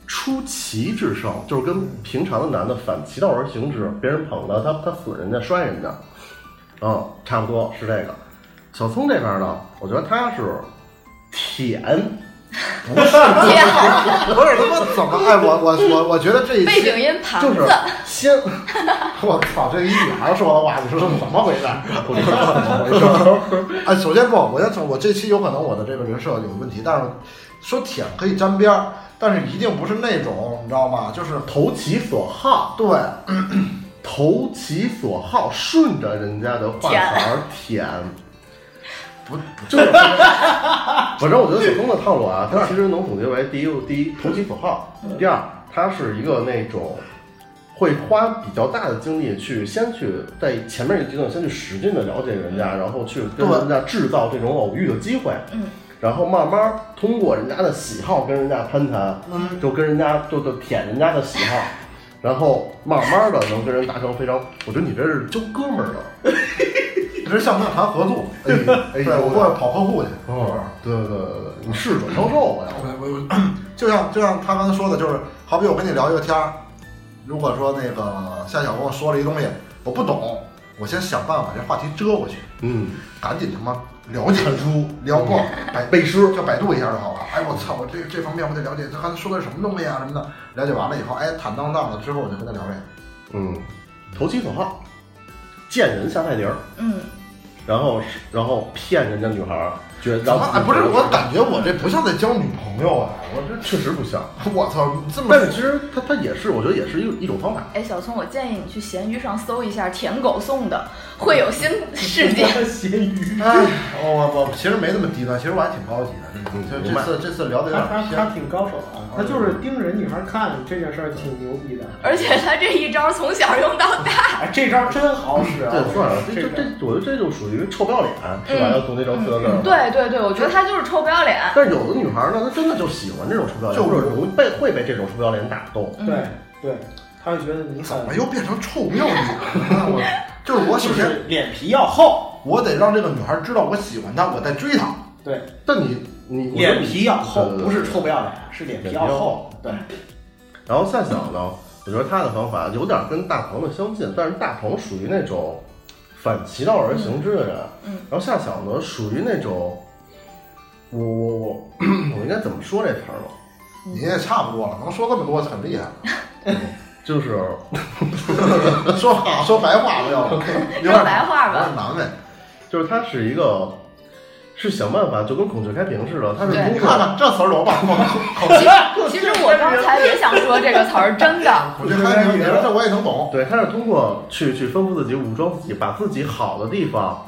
出奇制胜，就是跟平常的男的反其道而行之，别人捧他，他他损人家，摔人家，嗯，差不多是这个。小聪这边呢，我觉得他是舔，天啊，不是他妈怎么？哎，我我我我觉得这一背期景音啊盘就是子。先，我操，这一女孩说的话，你说是怎么回事？ 我知道怎么回事。 哎，首先不，我先从我这期有可能我的这个人设有问题，但是说舔可以沾边儿，但是一定不是那种你知道吗？就是投其所好，对，投其所好，顺着人家的话茬儿舔。不就是， 反正我觉得雪峰的套路啊，他其实能总结为：第一，第一投其所好；第二，他是一个那种会花比较大的精力去先去在前面一个阶段先去使劲的了解人家，然后去跟对人家制造这种偶遇的机会，嗯，然后慢慢通过人家的喜好跟人家攀谈，嗯，就跟人家就就舔人家的喜好，然后慢慢的能跟人达成非常，我觉得你这是交哥们儿的，这是项目要谈合作，哎呦哎对，呦我过来跑客户去，哦，对对对对对，你是转销售我要。我我我， 就像就像他刚才说的，就是好比我跟你聊一个天儿，如果说那个夏晓跟我说了一东西，我不懂，我先想办法把这话题遮过去，嗯，赶紧他妈了解书，聊不百背诗，就百度一下就好了。哎，我操，我这这方面我得了解，他刚才说的是什么东西啊什么的，了解完了以后，哎，坦荡荡的，之后我就跟他聊这个。嗯，投其所好，见人下菜碟儿，嗯，然后是然后骗人家女孩儿，觉得怎么？哎，不是，我感感觉我这不像在交女朋友啊，我这嗯确实不像， 我操，这么但是其实他他也是，我觉得也是一一种方法。哎，小聪，我建议你去闲鱼上搜一下舔狗送的，会有新 世界。咸鱼，哎，我我我其实没那么低端，其实我还挺高级的。嗯这明白这次这次聊的有他他点他偏，挺高手啊，他啊就是盯着人女孩看这件事儿挺牛逼的。而且他这一招从小用到大，哎，这招真好使啊！这算了，这这这招这，我觉得这就属于臭不要脸，是吧？嗯要从那招词那儿。。对对对，我觉得他就是臭不要脸。但是有的女孩儿呢，她真的就喜欢这种臭不要脸，就或者容易被会被这种臭不要脸打动。嗯对对，他会觉得你怎很么哎又变成臭妙女了？我就是我首就先是脸皮要厚，我得让这个女孩知道我喜欢她，我在追她。对，但你你我觉得脸皮要厚，对对对不是臭不要脸，是脸皮要厚。对，然后夏晓呢，我觉得他的方法有点跟大鹏的相近，但是大鹏属于那种反其道而行之的人，嗯嗯然后夏晓呢属于那种，我我我我应该怎么说这词儿呢？你也差不多了，能说这么多很厉害了。就是 说好说白话了，要不 有点说白话有吧，点难为。就是他是一个。是想办法，就跟孔雀开屏似的，他是对通你过看看这词儿多棒！我其实我刚才也想说这个词儿，真 的。我这还你说这我也能懂。对，他是通过去去丰富自己、武装自己，把自己好的地方，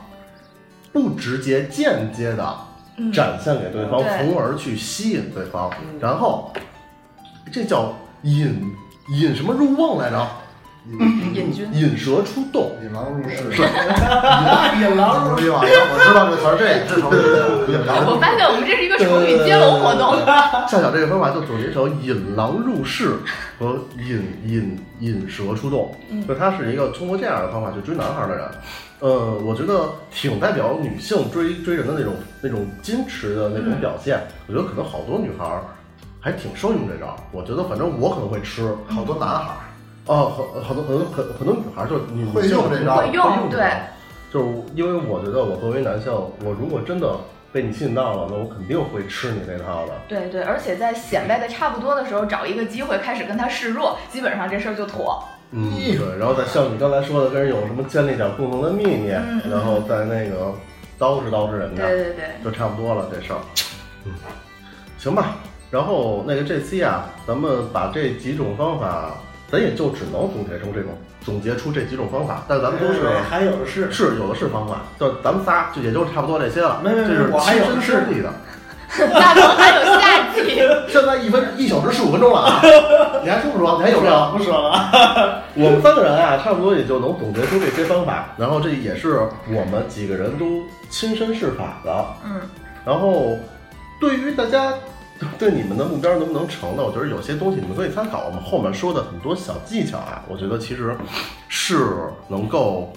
不直接、间接的嗯，展现给对方，对从而去吸引对方嗯。然后，这叫引引什么入瓮来着？瘾嗯君引蛇出 洞。引狼入室， 引狼入牛逼吧？哎我知道这词儿，这也是成语。引狼入我室发现我们这是一个成语接龙 活动。夏晓这个方法就总结成引狼入室和引引引蛇出洞，嗯就他是一个通过这样的方法去追男孩的人。呃，我觉得挺代表女性追追人的那种那种矜持的那嗯种表现。我觉得可能好多女孩儿还挺受用这招。我觉得反正我可能会吃，好多男孩儿。哦，很很多很多很很多女孩儿就是女会用这招会会用这对招就是因为我觉得我作为男性，我如果真的被你吸引到了，那我肯定会吃你那套的。对对，而且在显摆的差不多的时候，找一个机会开始跟他示弱，基本上这事儿就妥。嗯，对，然后再像你刚才说的，跟人有什么建立点共同的秘密，嗯嗯然后再那个捯饬捯饬人家，对对 对，就差不多了这事儿。嗯，行吧。然后那个这期啊，咱们把这几种方法，咱也就只能总结出这种总结出这几种方法，但咱们都是。啊还有的是，是有的是方法，就咱们仨就也就差不多这些了。没没没这是我还有的亲是身经历的。大鹏还有下集，现在一分一小时十五分钟了啊， 你还说不说？你还有没有？不说了。我们三个人啊，差不多也就能总结出这些方法，然后这也是我们几个人都亲身试法的。嗯，然后，对于大家对你们的目标能不能成呢？我觉得有些东西你们可以参考，我们后面说的很多小技巧啊，我觉得其实是能够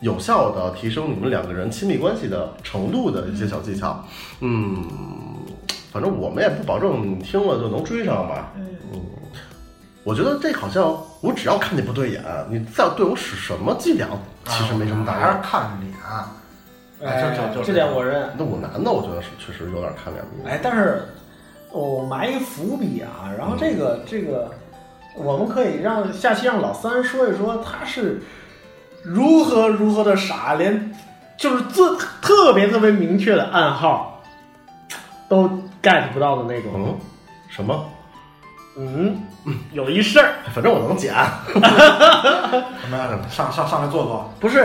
有效的提升你们两个人亲密关系的程度的一些小技巧。嗯，反正我们也不保证你听了就能追上嗯吧。嗯，我觉得这好像哎我只要看你不嗯对眼，你再对我使什么伎俩，其实没什么大还用。是看脸。哎哎这这这，这点我认。那我男的，我觉得是确实有点看脸不一样。哎，但是我埋一伏笔啊，然后这嗯个这个，我们可以让下期让老三说一说他是如何如何的傻，连就是最特别特别明确的暗号都 get 不到的那种。嗯，什么？嗯，有一事儿，反正我能捡。他妈的，上上上来坐坐，不是，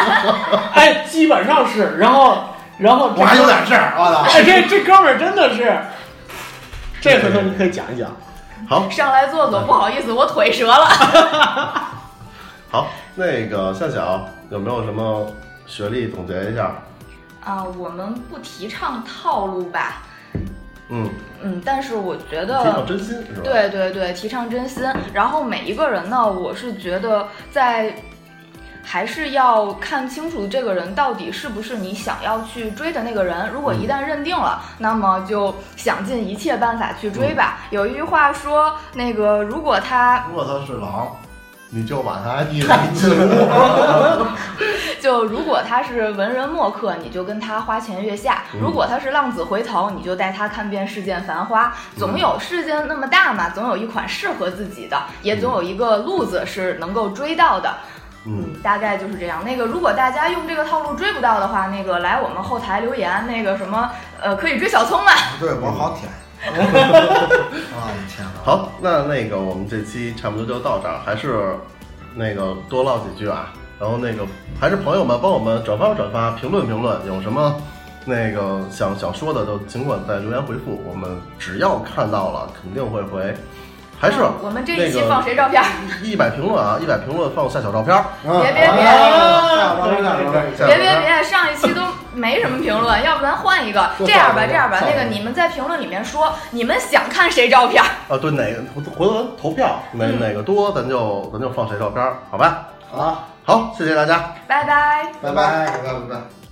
哎，基本上是，然后，然后这我还有点事儿，我操！哎，这这哥们儿真的是，这回头你可以讲一讲。好，上来坐坐，不好意思，我腿折了。好，那个夏晓有没有什么学历总结一下？啊，我们不提倡套路吧，嗯，嗯，但是我觉提得倡真心是吧？，对对对，提倡真心。然后每一个人呢，我是觉得在还是要看清楚这个人到底是不是你想要去追的那个人。如果一旦认定了，那么就想尽一切办法去追吧。有一句话说，那个如果他如果他是狼，你就把它一来进屋。就如果他是文人墨客，你就跟他花前月下；嗯如果他是浪子回头，你就带他看遍世间繁花。嗯总有世界那么大嘛，总有一款适合自己的，也总有一个路子是能够追到的。嗯，嗯，大概就是这样。那个，如果大家用这个套路追不到的话，那个来我们后台留言，那个什么，呃，可以追小聪嘛。对我好舔。啊，你天哪！好，那那个我们这期差不多就到这儿，还是那个多唠几句啊。然后那个还是朋友们帮我们转发转发，评论评论，有什么那个想想说的都尽管在留言回复，我们只要看到了肯定会回。还是嗯我们这一期那个放谁照片？一百评论啊，一百评论放下小照片儿。别别别啊下边下边下边下别边别别，上一期都没什么评论，要不咱换一个。就这样吧，换一个这样吧，换一那个个你们在评论里面说你们想看谁照片。啊，对哪个回头投票，哪嗯哪个多咱就咱就放谁照片儿，好吧？好了，好，谢谢大家。拜拜。拜拜拜拜拜拜。